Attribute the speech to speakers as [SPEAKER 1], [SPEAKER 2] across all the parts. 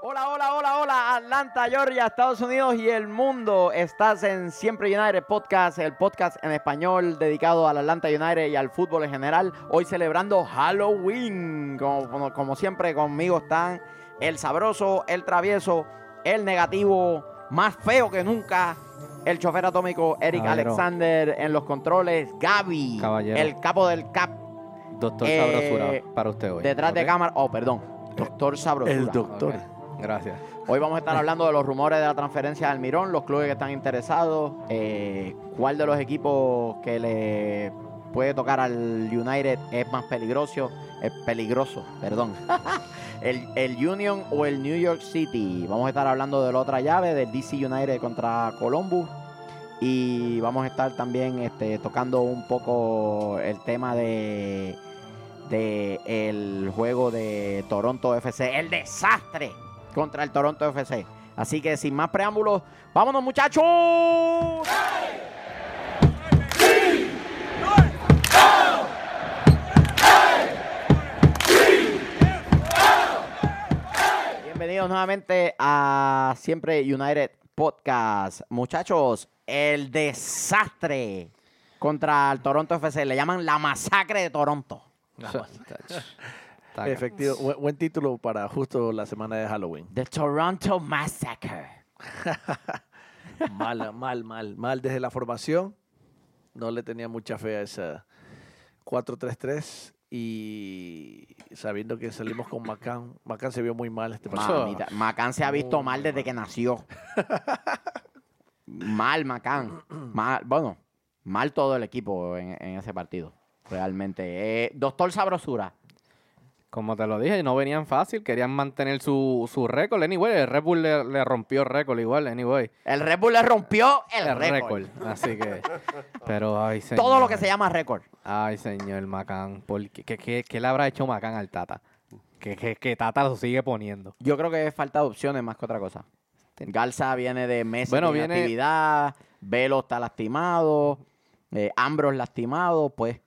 [SPEAKER 1] Hola, hola, hola, hola, Atlanta, Georgia, Estados Unidos y el mundo. Estás en Siempre United Podcast, el podcast en español dedicado al Atlanta United y al fútbol en general. Hoy celebrando Halloween. Como, como- como siempre, conmigo están el sabroso, el travieso, el negativo, más feo que nunca. El chofer atómico Eric
[SPEAKER 2] Caballero.
[SPEAKER 1] Alexander en los controles, Gaby,
[SPEAKER 2] Caballero.
[SPEAKER 1] el capo del cap,
[SPEAKER 2] Doctor
[SPEAKER 1] Eh,
[SPEAKER 2] Sabrosura para usted hoy.
[SPEAKER 1] detrás de
[SPEAKER 2] ¿ok?
[SPEAKER 1] cámara. Oh, perdón, doctor sabrosura.
[SPEAKER 3] El
[SPEAKER 2] Ok,
[SPEAKER 3] doctor.
[SPEAKER 2] Gracias.
[SPEAKER 1] Hoy vamos a estar hablando de los rumores de la transferencia de Almirón, los clubes que están interesados, eh, cuál de los equipos que le puede tocar al United es más peligroso, es peligroso, perdón. el, el Union o el New York City. Vamos a estar hablando de la otra llave, del DC United contra Columbus. Y vamos a estar también este, tocando un poco el tema de, de el juego de Toronto FC, el desastre contra el Toronto FC. Así que sin más preámbulos, vámonos muchachos. Bienvenidos nuevamente a Siempre United Podcast. Muchachos, el desastre contra el Toronto FC. Le llaman la masacre de Toronto.
[SPEAKER 2] Taca.
[SPEAKER 3] Efectivo. Bu- Buen, título para justo la semana de Halloween.
[SPEAKER 1] The Toronto Massacre.
[SPEAKER 3] Mal, mal, mal, mal. Desde la formación no le tenía mucha fe a esa 4-3-3 y sabiendo que salimos con Macán. Macán se vio muy mal este partido.
[SPEAKER 1] Mamita, Macán se ha visto mal desde que nació. mal, Macán. Mal, bueno, mal todo el equipo en, en ese partido. Realmente. Eh, Doctor Sabrosura.
[SPEAKER 2] Como te lo dije, no venían fácil, querían mantener su, su récord. Anyway, el Red Bull le, le rompió el récord igual, anyway.
[SPEAKER 1] El Red Bull le rompió el, récord.
[SPEAKER 2] Así que. Pero, ay, señor.
[SPEAKER 1] Todo lo que se llama récord.
[SPEAKER 2] Ay, señor Macán. ¿por qué, qué, qué- qué le habrá hecho Macán al Tata? Que, que, que Tata lo sigue poniendo.
[SPEAKER 1] Yo creo que es falta de opciones más que otra cosa. Garza viene de meses
[SPEAKER 2] Bueno,
[SPEAKER 1] de
[SPEAKER 2] viene-
[SPEAKER 1] inactividad, Velo está lastimado, eh, Ambros lastimado, pues,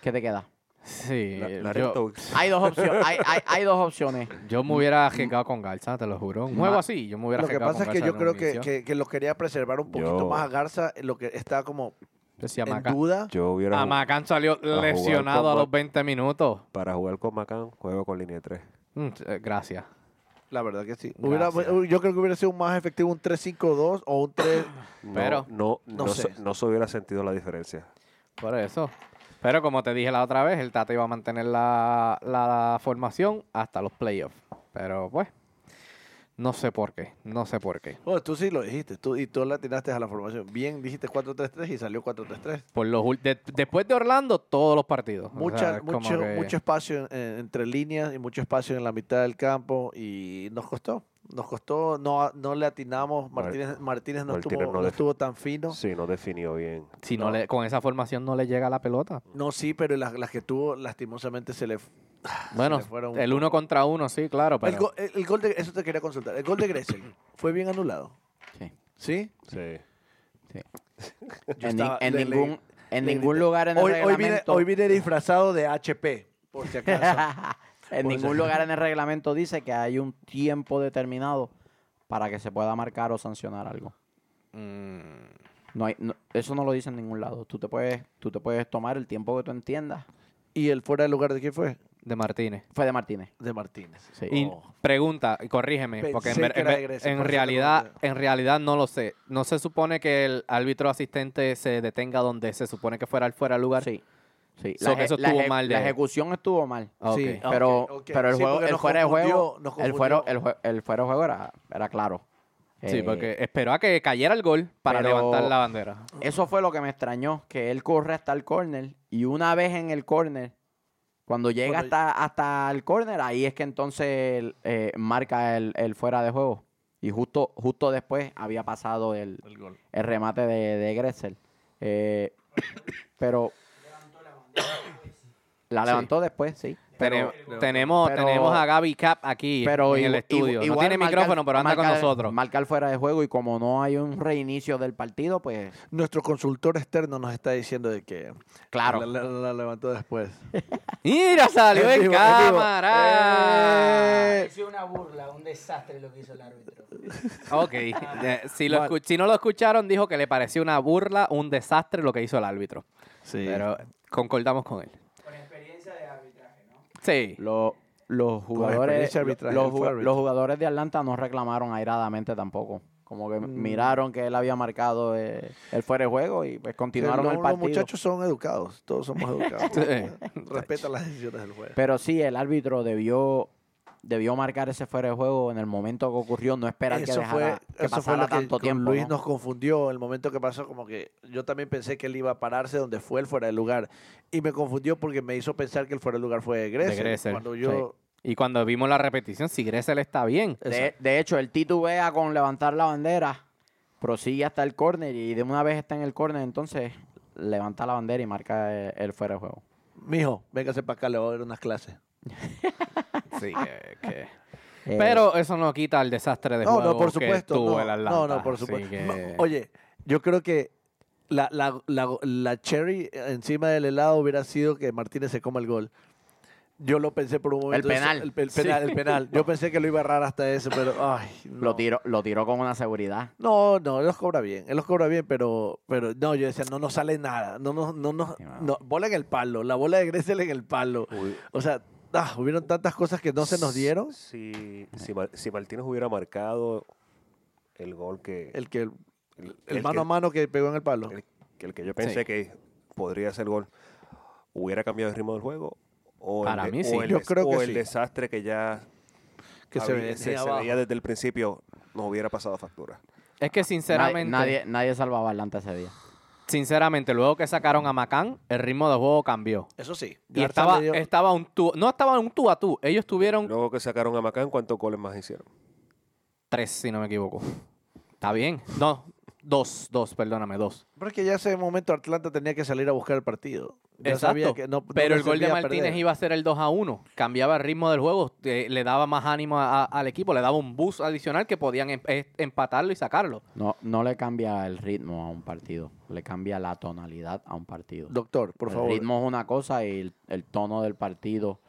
[SPEAKER 1] ¿qué te queda?
[SPEAKER 2] Sí.
[SPEAKER 4] La,
[SPEAKER 3] Eh,
[SPEAKER 4] la
[SPEAKER 2] yo,
[SPEAKER 4] Reptox.
[SPEAKER 1] Hay dos opciones, hay, hay- hay dos opciones.
[SPEAKER 2] yo me hubiera arriesgado con Garza, te lo juro. Un juego así, yo me hubiera
[SPEAKER 3] Lo que
[SPEAKER 2] arriesgado
[SPEAKER 3] pasa es
[SPEAKER 2] con
[SPEAKER 3] que
[SPEAKER 2] Garza
[SPEAKER 3] yo
[SPEAKER 2] en
[SPEAKER 3] creo
[SPEAKER 2] un
[SPEAKER 3] que,
[SPEAKER 2] inicio.
[SPEAKER 3] que- que los quería preservar un poquito
[SPEAKER 4] Yo-
[SPEAKER 3] más a Garza, lo que está como
[SPEAKER 2] Decía
[SPEAKER 3] en
[SPEAKER 2] Macán.
[SPEAKER 3] duda.
[SPEAKER 4] Yo hubiera
[SPEAKER 2] A
[SPEAKER 4] ju-
[SPEAKER 2] Macán Ah, salió
[SPEAKER 4] jugar
[SPEAKER 2] lesionado
[SPEAKER 4] con
[SPEAKER 2] a los
[SPEAKER 4] Mac-
[SPEAKER 2] 20 minutos.
[SPEAKER 4] para jugar con Macán, juego con línea 3.
[SPEAKER 2] Mm, eh, gracias.
[SPEAKER 3] La verdad que sí. Hubiera-
[SPEAKER 2] Gracias.
[SPEAKER 3] yo creo que hubiera sido más efectivo un 3-5-2 o un 3...
[SPEAKER 4] No,
[SPEAKER 2] Pero-
[SPEAKER 4] no,
[SPEAKER 3] No
[SPEAKER 4] no,
[SPEAKER 3] sé.
[SPEAKER 4] se, no se hubiera sentido la diferencia.
[SPEAKER 2] Por eso. Pero como te dije la otra vez, el Tata iba a mantener la, la formación hasta los playoffs. Pero pues, no sé por qué. No sé por qué.
[SPEAKER 3] Bueno, tú sí lo dijiste, tú, y tú la atinaste a la formación. Bien, dijiste 4-3-3 y salió 4-3-3.
[SPEAKER 2] Por los ul- de- después de Orlando, todos los partidos. O
[SPEAKER 3] Mucha-
[SPEAKER 2] sea, es como
[SPEAKER 3] mucho,
[SPEAKER 2] que-
[SPEAKER 3] mucho espacio en- en- entre líneas y mucho espacio en la mitad del campo y nos costó. Nos costó, no, no le atinamos.
[SPEAKER 4] Mar-
[SPEAKER 3] Martínez, Martínez no,
[SPEAKER 4] Martínez
[SPEAKER 3] estuvo,
[SPEAKER 4] no
[SPEAKER 3] no
[SPEAKER 4] def-
[SPEAKER 3] estuvo tan fino.
[SPEAKER 4] Sí, no definió bien.
[SPEAKER 2] Si no,
[SPEAKER 3] no.
[SPEAKER 2] le, con esa formación no le llega la pelota.
[SPEAKER 3] No, sí, pero las las que tuvo, lastimosamente se le. f-
[SPEAKER 2] Bueno,
[SPEAKER 3] le fueron un
[SPEAKER 2] el uno contra uno, sí, claro. Pero
[SPEAKER 3] El, go- el- el gol de. Eso te quería consultar. El gol de Gressel fue bien anulado.
[SPEAKER 1] Sí.
[SPEAKER 3] ¿Sí?
[SPEAKER 4] Sí.
[SPEAKER 3] Yo
[SPEAKER 1] en,
[SPEAKER 3] estaba-
[SPEAKER 1] en
[SPEAKER 3] le- le-
[SPEAKER 1] ningún, en
[SPEAKER 3] le
[SPEAKER 1] ningún
[SPEAKER 3] grité.
[SPEAKER 1] lugar en el
[SPEAKER 3] Hoy, hoy, vine,
[SPEAKER 1] reglamento.
[SPEAKER 3] hoy vine disfrazado de HP, por si acaso.
[SPEAKER 1] en
[SPEAKER 3] Por
[SPEAKER 1] ningún
[SPEAKER 3] si-
[SPEAKER 1] lugar en el reglamento dice que hay un tiempo determinado para que se pueda marcar o sancionar algo.
[SPEAKER 2] Mm,
[SPEAKER 1] No hay, no- eso no lo dice en ningún lado. Tú te puedes, tú te puedes tomar el tiempo que tú entiendas.
[SPEAKER 3] ¿Y el fuera de lugar de quién fue?
[SPEAKER 2] de Martínez.
[SPEAKER 1] Fue de Martínez.
[SPEAKER 3] De Martínez.
[SPEAKER 1] Sí.
[SPEAKER 2] Y
[SPEAKER 3] Oh.
[SPEAKER 2] pregunta, y corrígeme, porque en,
[SPEAKER 3] Pensé
[SPEAKER 2] ver-
[SPEAKER 3] que
[SPEAKER 2] en
[SPEAKER 3] era
[SPEAKER 2] ver-
[SPEAKER 3] de Grecia,
[SPEAKER 2] en
[SPEAKER 3] por eso te
[SPEAKER 2] realidad,
[SPEAKER 3] pregunté.
[SPEAKER 2] en realidad no lo sé. No se supone que el árbitro asistente se detenga donde se supone que fuera el fuera de lugar.
[SPEAKER 1] Sí. Sí.
[SPEAKER 2] So que eso estuvo
[SPEAKER 1] eje-
[SPEAKER 2] mal de
[SPEAKER 1] la
[SPEAKER 2] él.
[SPEAKER 1] ejecución estuvo mal.
[SPEAKER 2] Ah, ok.
[SPEAKER 3] Sí. Ah,
[SPEAKER 1] pero,
[SPEAKER 3] ok, ok.
[SPEAKER 1] pero el
[SPEAKER 3] Sí,
[SPEAKER 1] juego,
[SPEAKER 3] porque
[SPEAKER 1] el
[SPEAKER 3] nos
[SPEAKER 1] fuera de juego,
[SPEAKER 3] confundió, nos
[SPEAKER 1] el fuera,
[SPEAKER 3] confundió.
[SPEAKER 1] el, jue- el fuera de juego era, era claro.
[SPEAKER 2] Sí,
[SPEAKER 1] Eh,
[SPEAKER 2] porque esperó a que cayera el gol para
[SPEAKER 1] pero-
[SPEAKER 2] levantar la bandera.
[SPEAKER 1] Eso fue lo que me extrañó, que él corre hasta el corner y una vez en el corner, cuando llega
[SPEAKER 3] Cuando-
[SPEAKER 1] hasta, hasta el corner, ahí es que entonces eh, marca el, el fuera de juego. Y justo, justo después había pasado el,
[SPEAKER 3] El gol.
[SPEAKER 1] el remate de, de Gressel. Eh, pero... La levantó después, sí. Pero-
[SPEAKER 2] Tenem- tenemos,
[SPEAKER 1] pero-
[SPEAKER 2] tenemos a Gaby Cap aquí
[SPEAKER 1] Pero
[SPEAKER 2] en el
[SPEAKER 1] igu-
[SPEAKER 2] estudio.
[SPEAKER 1] igu-
[SPEAKER 2] no
[SPEAKER 1] igual
[SPEAKER 2] tiene
[SPEAKER 1] marcar-
[SPEAKER 2] micrófono, pero anda con
[SPEAKER 1] marcar-
[SPEAKER 2] nosotros.
[SPEAKER 1] Marcar fuera de juego y como no hay un reinicio del partido, pues
[SPEAKER 3] Nuestro consultor externo nos está diciendo de que
[SPEAKER 1] claro.
[SPEAKER 3] la, la- la levantó después.
[SPEAKER 2] Mira, salió
[SPEAKER 3] En
[SPEAKER 2] en
[SPEAKER 3] vivo, en vivo.
[SPEAKER 2] cámara.
[SPEAKER 3] Eh.
[SPEAKER 5] Pareció una burla, un desastre lo que hizo el árbitro.
[SPEAKER 2] Ok, eh, si, lo escu- si no lo escucharon, dijo que le pareció una burla, un desastre lo que hizo el árbitro.
[SPEAKER 1] Eh.
[SPEAKER 3] Sí.
[SPEAKER 2] Pero concordamos con él.
[SPEAKER 5] Con experiencia de arbitraje, ¿no?
[SPEAKER 2] Sí.
[SPEAKER 1] Lo- los jugadores
[SPEAKER 3] experiencia arbitral,
[SPEAKER 1] los,
[SPEAKER 3] él fue
[SPEAKER 1] ju-
[SPEAKER 3] árbitro.
[SPEAKER 1] los jugadores de Atlanta no reclamaron airadamente tampoco. Como
[SPEAKER 3] Mm.
[SPEAKER 1] que miraron que él había marcado eh, el fuera de juego y pues
[SPEAKER 3] Sí,
[SPEAKER 1] continuaron
[SPEAKER 3] los-
[SPEAKER 1] el
[SPEAKER 3] los
[SPEAKER 1] partido.
[SPEAKER 3] muchachos son educados, todos somos educados.
[SPEAKER 2] Sí.
[SPEAKER 3] Respeta las decisiones del juez.
[SPEAKER 1] Pero sí, el árbitro debió debió marcar ese fuera de juego en el momento que ocurrió, no esperar que,
[SPEAKER 3] Eso
[SPEAKER 1] dejara,
[SPEAKER 3] fue,
[SPEAKER 1] que
[SPEAKER 3] eso fue
[SPEAKER 1] pasara
[SPEAKER 3] lo que
[SPEAKER 1] tanto
[SPEAKER 3] con
[SPEAKER 1] tiempo.
[SPEAKER 3] Luis
[SPEAKER 1] ¿no?
[SPEAKER 3] nos confundió el momento que pasó, como que yo también pensé que él iba a pararse donde fue el fuera de lugar. Y me confundió porque me hizo pensar que el fuera de lugar fue de Gressel.
[SPEAKER 2] Gressel,
[SPEAKER 3] Cuando yo...
[SPEAKER 2] Y cuando vimos la repetición, si Gressel está bien.
[SPEAKER 1] De, de hecho, el titubea con levantar la bandera, prosigue hasta el córner y de una vez está en el córner, entonces levanta la bandera y marca eh, el fuera de juego.
[SPEAKER 3] Mijo, véngase para acá, le voy a dar unas clases.
[SPEAKER 2] Sí, que- que-
[SPEAKER 1] Eh,
[SPEAKER 2] Pero eso no quita el desastre de
[SPEAKER 3] No,
[SPEAKER 2] juego
[SPEAKER 3] no, por
[SPEAKER 2] Pues que
[SPEAKER 3] supuesto.
[SPEAKER 2] tuvo
[SPEAKER 3] no,
[SPEAKER 2] el Atlanta.
[SPEAKER 3] no, no, por
[SPEAKER 2] Así
[SPEAKER 3] supuesto.
[SPEAKER 2] que-
[SPEAKER 3] Ma- Oye, yo creo que la, la- la- la cherry encima del helado hubiera sido que Martínez se coma el gol. Yo lo pensé por un momento. eso-
[SPEAKER 1] penal.
[SPEAKER 3] el, el penal, el penal. Yo pensé que lo iba a errar hasta eso, pero. Ay,
[SPEAKER 1] lo,
[SPEAKER 3] no.
[SPEAKER 1] tiró, lo tiró con una seguridad.
[SPEAKER 3] No, no, él los cobra bien. Él los cobra bien, pero, pero no, yo decía, no nos sale nada. No, no, no, no,
[SPEAKER 1] Sí, mano.
[SPEAKER 3] no. Bola en el palo. La bola de Gressel en el palo. O sea, ah, hubieron tantas cosas que no se nos dieron.
[SPEAKER 4] Si, si, Mar- si Martínez hubiera marcado el gol que.
[SPEAKER 3] El que el,
[SPEAKER 4] el- el
[SPEAKER 3] el mano a
[SPEAKER 4] que-
[SPEAKER 3] mano que pegó en el palo.
[SPEAKER 4] el- que el que yo pensé que podría ser gol, ¿hubiera cambiado el ritmo del juego? O
[SPEAKER 2] Para
[SPEAKER 4] el, de-
[SPEAKER 2] mí sí.
[SPEAKER 4] O el,
[SPEAKER 3] Yo
[SPEAKER 4] des-
[SPEAKER 3] creo que
[SPEAKER 4] o el
[SPEAKER 3] sí.
[SPEAKER 4] desastre que ya
[SPEAKER 3] Que se
[SPEAKER 4] había-
[SPEAKER 3] venía
[SPEAKER 4] se- se
[SPEAKER 3] abajo.
[SPEAKER 4] veía desde el principio nos hubiera pasado factura.
[SPEAKER 2] es que
[SPEAKER 1] Nadie,
[SPEAKER 2] sinceramente,
[SPEAKER 1] nadie, nadie salvaba a Atlanta ese día.
[SPEAKER 2] sinceramente, luego que sacaron a Macán, el ritmo de juego cambió.
[SPEAKER 3] Eso sí.
[SPEAKER 2] Y estaba, estaba un tú, no estaba un tú a tú. Ellos tuvieron
[SPEAKER 4] Luego que sacaron a Macán, ¿cuántos goles más hicieron?
[SPEAKER 2] tres, si no me equivoco. Está bien. No, dos, dos, perdóname, dos.
[SPEAKER 3] Pero es que ya ese momento Atlanta tenía que salir a buscar el partido. Ya sabía
[SPEAKER 2] Exacto.
[SPEAKER 3] que no, no
[SPEAKER 2] Pero
[SPEAKER 3] le
[SPEAKER 2] el gol de
[SPEAKER 3] servía
[SPEAKER 2] Martínez
[SPEAKER 3] perder.
[SPEAKER 2] iba a ser el 2 a 1. Cambiaba el ritmo del juego, eh, le daba más ánimo a- a- al equipo, le daba un boost adicional que podían em- eh, empatarlo y sacarlo.
[SPEAKER 1] No, no le cambia el ritmo a un partido, le cambia la tonalidad a un partido.
[SPEAKER 3] Doctor, por
[SPEAKER 1] el
[SPEAKER 3] favor.
[SPEAKER 1] ritmo es una cosa y el, el tono del partido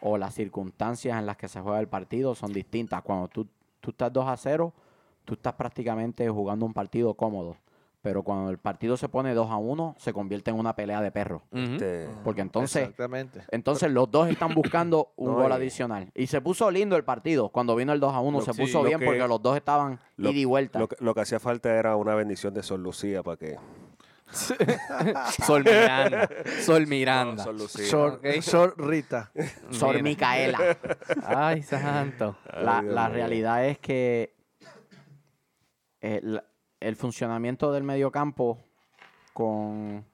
[SPEAKER 1] o las circunstancias en las que se juega el partido son distintas. Cuando tú, tú estás 2 a 0, tú estás prácticamente jugando un partido cómodo. Pero cuando el partido se pone 2 a 1, se convierte en una pelea de perros.
[SPEAKER 2] Ujú.
[SPEAKER 4] Este,
[SPEAKER 1] Porque entonces,
[SPEAKER 3] Exactamente.
[SPEAKER 1] entonces los dos están buscando un
[SPEAKER 4] No,
[SPEAKER 1] gol
[SPEAKER 4] y-
[SPEAKER 1] adicional. Y se puso lindo el partido. Cuando vino el 2 a 1,
[SPEAKER 4] Lo-
[SPEAKER 1] se
[SPEAKER 4] sí,
[SPEAKER 1] puso
[SPEAKER 4] lo
[SPEAKER 1] bien
[SPEAKER 4] que-
[SPEAKER 1] porque los dos estaban
[SPEAKER 4] lo-
[SPEAKER 1] ida y
[SPEAKER 3] Ah.
[SPEAKER 1] vuelta.
[SPEAKER 4] Lo, que- lo que hacía falta era una bendición de Sol Lucía para que.
[SPEAKER 2] Sol Miranda. Sol Miranda.
[SPEAKER 4] Sol Lucía.
[SPEAKER 3] Sor,
[SPEAKER 2] ok.
[SPEAKER 3] Sor Rita.
[SPEAKER 1] Sor
[SPEAKER 2] Mira.
[SPEAKER 1] Micaela.
[SPEAKER 2] Ay, santo.
[SPEAKER 1] la,
[SPEAKER 4] Ay, Dios
[SPEAKER 1] la
[SPEAKER 4] mío.
[SPEAKER 1] realidad es que eh, la- el, funcionamiento del mediocampo con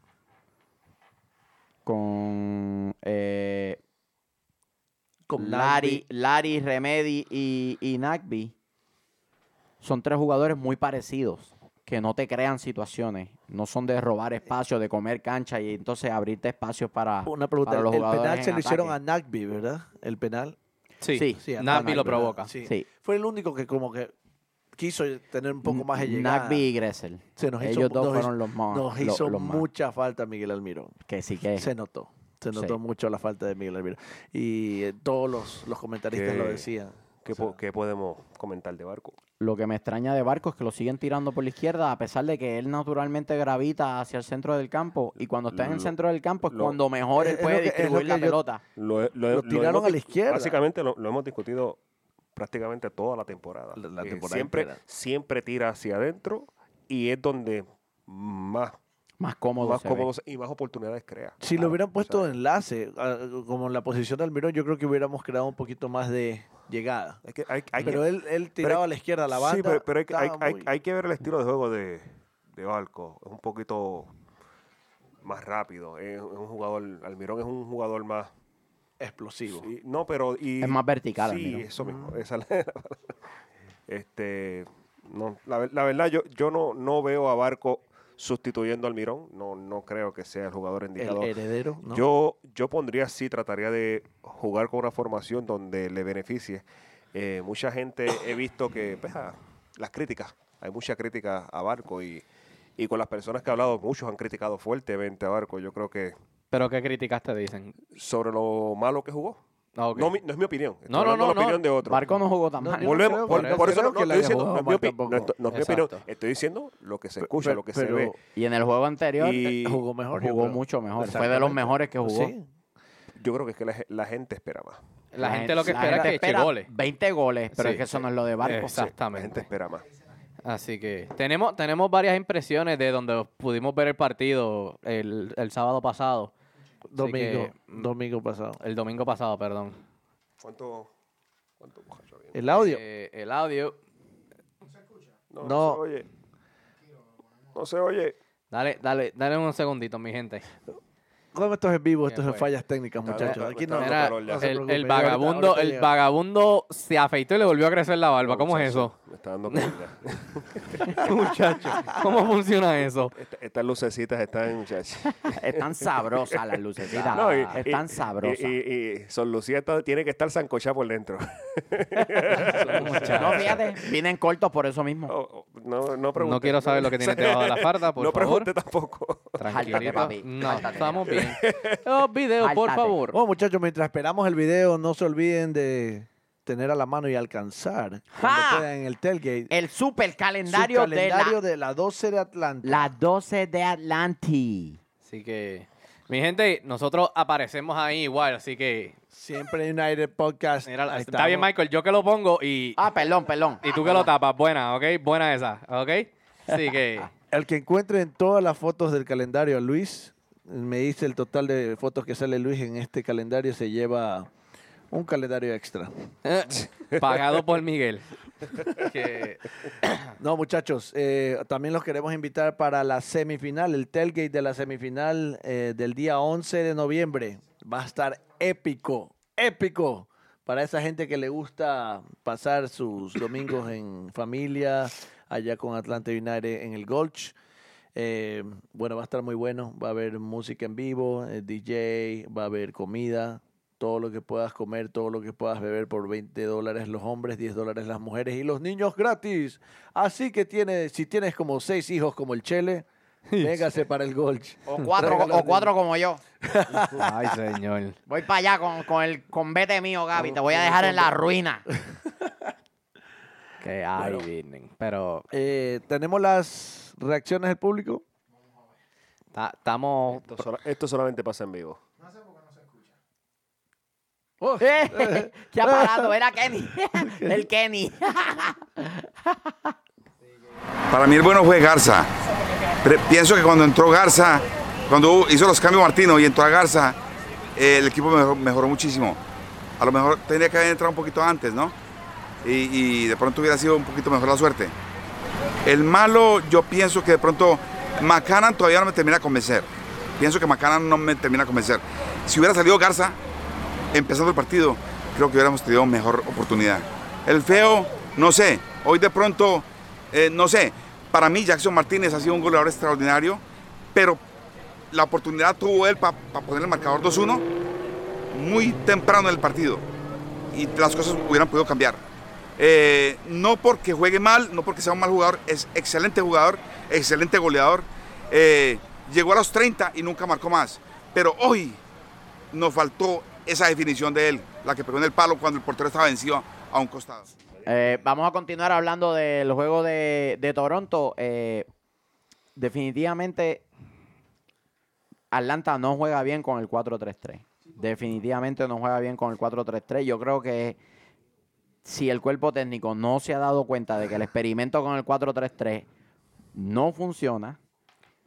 [SPEAKER 1] con eh,
[SPEAKER 3] Con
[SPEAKER 1] Larry, Larry, Remedy y, y Nagby son tres jugadores muy parecidos que no te crean situaciones, no son de robar espacio, de comer cancha y entonces abrirte espacios para,
[SPEAKER 3] Una pregunta.
[SPEAKER 1] para
[SPEAKER 3] El
[SPEAKER 1] los jugadores
[SPEAKER 3] penal
[SPEAKER 1] en
[SPEAKER 3] se lo hicieron a
[SPEAKER 1] ataque.
[SPEAKER 3] Nagby, ¿verdad? El penal.
[SPEAKER 2] Sí.
[SPEAKER 1] Sí.
[SPEAKER 3] a
[SPEAKER 2] Nagby lo
[SPEAKER 3] ¿verdad?
[SPEAKER 2] provoca.
[SPEAKER 3] Sí.
[SPEAKER 1] Sí.
[SPEAKER 3] Fue el único que como que quiso tener un poco más de llegada.
[SPEAKER 1] Nagby y Gressel.
[SPEAKER 3] Se nos hizo-
[SPEAKER 1] Ellos dos
[SPEAKER 3] nos hizo-
[SPEAKER 1] fueron los más.
[SPEAKER 3] Nos
[SPEAKER 1] lo-
[SPEAKER 3] hizo
[SPEAKER 1] los más.
[SPEAKER 3] mucha falta Miguel Almirón.
[SPEAKER 1] Que sí que
[SPEAKER 3] Se notó. Se notó
[SPEAKER 1] Sí.
[SPEAKER 3] mucho la falta de Miguel Almirón. Y eh, todos los, los comentaristas lo
[SPEAKER 4] Que-
[SPEAKER 3] decían.
[SPEAKER 4] ¿Qué,
[SPEAKER 3] O sea,
[SPEAKER 4] po- qué podemos comentar de barco?
[SPEAKER 1] Lo que me extraña de Barco es que lo siguen tirando por la izquierda, a pesar de que él naturalmente gravita hacia el centro del campo. Y cuando está en el
[SPEAKER 4] Lo-
[SPEAKER 1] centro del campo es
[SPEAKER 4] lo-
[SPEAKER 1] cuando mejor él
[SPEAKER 3] es lo
[SPEAKER 1] puede
[SPEAKER 3] que- es lo
[SPEAKER 1] distribuir la
[SPEAKER 3] que yo-
[SPEAKER 1] pelota.
[SPEAKER 4] Lo, he- he-
[SPEAKER 3] Lo tiraron
[SPEAKER 4] hemos
[SPEAKER 3] a la
[SPEAKER 4] dis-
[SPEAKER 3] izquierda.
[SPEAKER 4] Básicamente lo, lo hemos discutido prácticamente toda la temporada.
[SPEAKER 3] La- la
[SPEAKER 4] Eh,
[SPEAKER 3] temporada
[SPEAKER 4] siempre,
[SPEAKER 3] entera.
[SPEAKER 4] siempre tira hacia adentro y es donde más,
[SPEAKER 1] Más cómodo.
[SPEAKER 4] más
[SPEAKER 1] se ve.
[SPEAKER 4] cómodos y más oportunidades crea.
[SPEAKER 3] Si
[SPEAKER 4] Claro,
[SPEAKER 3] lo hubieran
[SPEAKER 4] o
[SPEAKER 3] puesto
[SPEAKER 4] sea,
[SPEAKER 3] de enlace, ah, como en la posición de Almirón, yo creo que hubiéramos creado un poquito más de llegada.
[SPEAKER 4] hay que- hay- hay que-
[SPEAKER 3] pero él, él tiraba
[SPEAKER 4] hay-
[SPEAKER 3] a la izquierda, a la
[SPEAKER 4] sí,
[SPEAKER 3] banda.
[SPEAKER 4] pero, pero hay, que- hay-
[SPEAKER 3] estaba
[SPEAKER 4] hay-
[SPEAKER 3] muy-
[SPEAKER 4] hay que ver el estilo de juego de, de Barco. Es un poquito más rápido. Es, es un jugador, Almirón es un jugador más.
[SPEAKER 3] explosivo.
[SPEAKER 4] sí, no, pero. y-
[SPEAKER 1] Es más vertical,
[SPEAKER 4] Sí,
[SPEAKER 1] Almirón.
[SPEAKER 4] eso mismo. esa es la- este, no, la, ver- la verdad, yo, yo no, no veo a Barco sustituyendo a Almirón. No, no creo que sea el jugador indicado.
[SPEAKER 3] El heredero, ¿no?
[SPEAKER 4] Yo, yo pondría así, trataría de jugar con una formación donde le beneficie. Eh, mucha gente he visto que, pues, ah, las críticas, hay mucha crítica a Barco y, y con las personas que he hablado, muchos han criticado fuertemente a Barco. Yo creo que
[SPEAKER 2] Pero qué críticas te dicen.
[SPEAKER 4] sobre lo malo que jugó.
[SPEAKER 2] Ah, ok.
[SPEAKER 4] No, mi- no es mi opinión. estoy
[SPEAKER 2] No, no,
[SPEAKER 4] hablando
[SPEAKER 2] no,
[SPEAKER 4] de la
[SPEAKER 2] no.
[SPEAKER 4] opinión de otro.
[SPEAKER 1] Barco no jugó tan
[SPEAKER 3] No,
[SPEAKER 1] mal.
[SPEAKER 3] no.
[SPEAKER 4] Volvemos,
[SPEAKER 3] creo-
[SPEAKER 4] por,
[SPEAKER 3] pero
[SPEAKER 4] por
[SPEAKER 3] creo
[SPEAKER 4] eso no,
[SPEAKER 3] que
[SPEAKER 4] no
[SPEAKER 3] la
[SPEAKER 4] estoy diciendo,
[SPEAKER 3] jugó
[SPEAKER 4] no es mi
[SPEAKER 3] mal
[SPEAKER 4] opi-
[SPEAKER 3] tampoco.
[SPEAKER 4] no estoy- no es mi
[SPEAKER 2] Exacto.
[SPEAKER 4] opinión, estoy diciendo lo que se escucha,
[SPEAKER 3] Pero-
[SPEAKER 4] lo que se
[SPEAKER 3] pero eh,
[SPEAKER 4] ve.
[SPEAKER 1] Y en el juego anterior eh,
[SPEAKER 4] Y
[SPEAKER 3] Jugó mejor. yo
[SPEAKER 1] jugó
[SPEAKER 3] creo.
[SPEAKER 1] mucho mejor. Fue de los
[SPEAKER 3] Exactamente.
[SPEAKER 1] mejores que jugó.
[SPEAKER 3] Sí.
[SPEAKER 4] yo creo que es que la, ge- la gente espera más.
[SPEAKER 2] La, gente lo que
[SPEAKER 1] la
[SPEAKER 2] espera es
[SPEAKER 1] gente
[SPEAKER 2] que eche goles.
[SPEAKER 1] 20 goles, pero
[SPEAKER 2] Sí. Eh,
[SPEAKER 1] es que eso no es lo de Barco.
[SPEAKER 4] La gente
[SPEAKER 2] Exactamente.
[SPEAKER 4] espera más.
[SPEAKER 2] Así que tenemos, tenemos varias impresiones de donde pudimos ver el partido el, el sábado pasado,
[SPEAKER 3] Domingo,
[SPEAKER 2] que, mm.
[SPEAKER 3] domingo pasado.
[SPEAKER 2] el domingo pasado, perdón.
[SPEAKER 4] ¿Cuánto, cuánto muchacho había?
[SPEAKER 3] El audio.
[SPEAKER 2] Eh, el audio.
[SPEAKER 4] No,
[SPEAKER 3] No.
[SPEAKER 4] se oye. No se oye.
[SPEAKER 2] Dale, dale, dale un segundito, mi gente.
[SPEAKER 3] ¿Cómo esto es en vivo?
[SPEAKER 2] ¿Qué
[SPEAKER 3] Esto es en
[SPEAKER 2] fue?
[SPEAKER 3] fallas técnicas,
[SPEAKER 4] Está-
[SPEAKER 3] muchachos.
[SPEAKER 4] está-
[SPEAKER 3] Aquí
[SPEAKER 4] está-
[SPEAKER 3] no.
[SPEAKER 4] está-
[SPEAKER 2] Mira,
[SPEAKER 4] calor ya.
[SPEAKER 3] No se
[SPEAKER 2] el,
[SPEAKER 3] preocupe,
[SPEAKER 2] el
[SPEAKER 3] ya ahorita-
[SPEAKER 2] vagabundo,
[SPEAKER 3] ahorita
[SPEAKER 2] el
[SPEAKER 3] llega.
[SPEAKER 2] vagabundo se afeitó y le volvió a crecer la barba. ¿Cómo es eso?
[SPEAKER 4] Me está dando cuenta.
[SPEAKER 2] Muchacho, ¿cómo funciona eso?
[SPEAKER 4] Esta- Estas lucecitas están, muchachos.
[SPEAKER 1] Están sabrosas las lucecitas.
[SPEAKER 4] No, y- y-
[SPEAKER 1] Están sabrosas.
[SPEAKER 4] Y, y, y Son Lucía está- tiene que estar sancochada por dentro.
[SPEAKER 1] no, fíjate, vienen cortos por eso mismo.
[SPEAKER 4] No, no, no pregunte.
[SPEAKER 2] No quiero saber lo que tiene debajo de la farda, por
[SPEAKER 4] no
[SPEAKER 2] favor.
[SPEAKER 4] pregunte tampoco.
[SPEAKER 1] Jáltate, papi.
[SPEAKER 2] Tranquilito. No,
[SPEAKER 1] Jáltate.
[SPEAKER 2] estamos bien. Los videos, por
[SPEAKER 1] Jáltate.
[SPEAKER 2] favor.
[SPEAKER 3] Bueno, muchachos, mientras esperamos el video, no se olviden de tener a la mano y alcanzar cuando
[SPEAKER 1] ¡Ja!
[SPEAKER 3] puedan en el tailgate
[SPEAKER 1] El super
[SPEAKER 3] su
[SPEAKER 1] calendario,
[SPEAKER 3] calendario
[SPEAKER 1] de
[SPEAKER 3] de la 12 de Atlanta.
[SPEAKER 1] la- las 12 de Atlanti.
[SPEAKER 2] Así que, mi gente, nosotros aparecemos ahí igual, así que.
[SPEAKER 3] Siempre United Podcast.
[SPEAKER 2] mira,
[SPEAKER 3] Ahí
[SPEAKER 2] está bien,
[SPEAKER 3] estamos.
[SPEAKER 2] Michael, yo que lo pongo y,
[SPEAKER 1] Ah, perdón, perdón.
[SPEAKER 2] y tú que lo tapas. Buena, ¿ok? Buena esa, ¿ok? Así que,
[SPEAKER 3] El que encuentre en todas las fotos del calendario a Luis, me dice el total de fotos que sale Luis en este calendario, se lleva un calendario extra.
[SPEAKER 2] eh, pagado por Miguel. Que-
[SPEAKER 3] No, muchachos, eh, también los queremos invitar para la semifinal, el tailgate de la semifinal eh, del día 11 de noviembre. Va a estar épico, épico para esa gente que le gusta pasar sus domingos en familia, allá con Atlanta United en el Gulch. Eh, bueno, va a estar muy bueno, va a haber música en vivo, eh, DJ, va a haber comida, todo lo que puedas comer, todo lo que puedas beber por 20 dólares los hombres, 10 dólares las mujeres y los niños gratis. Así que tiene, si tienes como seis hijos como el Chele, végase para el Golch.
[SPEAKER 1] O cuatro, o cuatro como yo.
[SPEAKER 2] Ay, señor.
[SPEAKER 1] Voy para allá con, con el convete mío, Gaby. Te voy a dejar en la ruina.
[SPEAKER 2] Que ay, vienen. Pero
[SPEAKER 3] Eh, ¿Tenemos las reacciones del público?
[SPEAKER 2] ta- estamos.
[SPEAKER 4] Esto, sola- esto solamente pasa en vivo.
[SPEAKER 1] Eh, ¿Qué ha parado? Era Kenny. El Kenny.
[SPEAKER 6] Para mí el bueno fue Garza. Pre- pienso que cuando entró Garza, cuando hizo los cambios Martino y entró a Garza, eh, el equipo mejor- mejoró, muchísimo. A lo mejor tenía que haber entrado un poquito antes, ¿no? Y, y de pronto hubiera sido un poquito mejor la suerte. El malo, yo pienso que de pronto Macanan todavía no me termina de convencer. Pienso que Macanan no me termina de convencer. Si hubiera salido Garza, empezando el partido, creo que hubiéramos tenido mejor oportunidad. El feo, no sé, hoy de pronto, eh, no sé, para mí Jackson Martínez ha sido un goleador extraordinario, pero la oportunidad tuvo él para poner el marcador 2-1 muy temprano en el partido y las cosas hubieran podido cambiar. Eh, no porque juegue mal, no porque sea un mal jugador, es excelente jugador, excelente goleador. Eh, llegó a los 30 y nunca marcó más, pero hoy nos faltó esa definición de él, la que pegó en el palo cuando el portero estaba vencido a un costado.
[SPEAKER 1] Eh, vamos a continuar hablando del juego de, de Toronto. Eh, definitivamente, Atlanta no juega bien con el 4-3-3. Definitivamente no juega bien con el 4-3-3. Yo creo que si el cuerpo técnico no se ha dado cuenta de que el experimento con el 4-3-3 no funciona,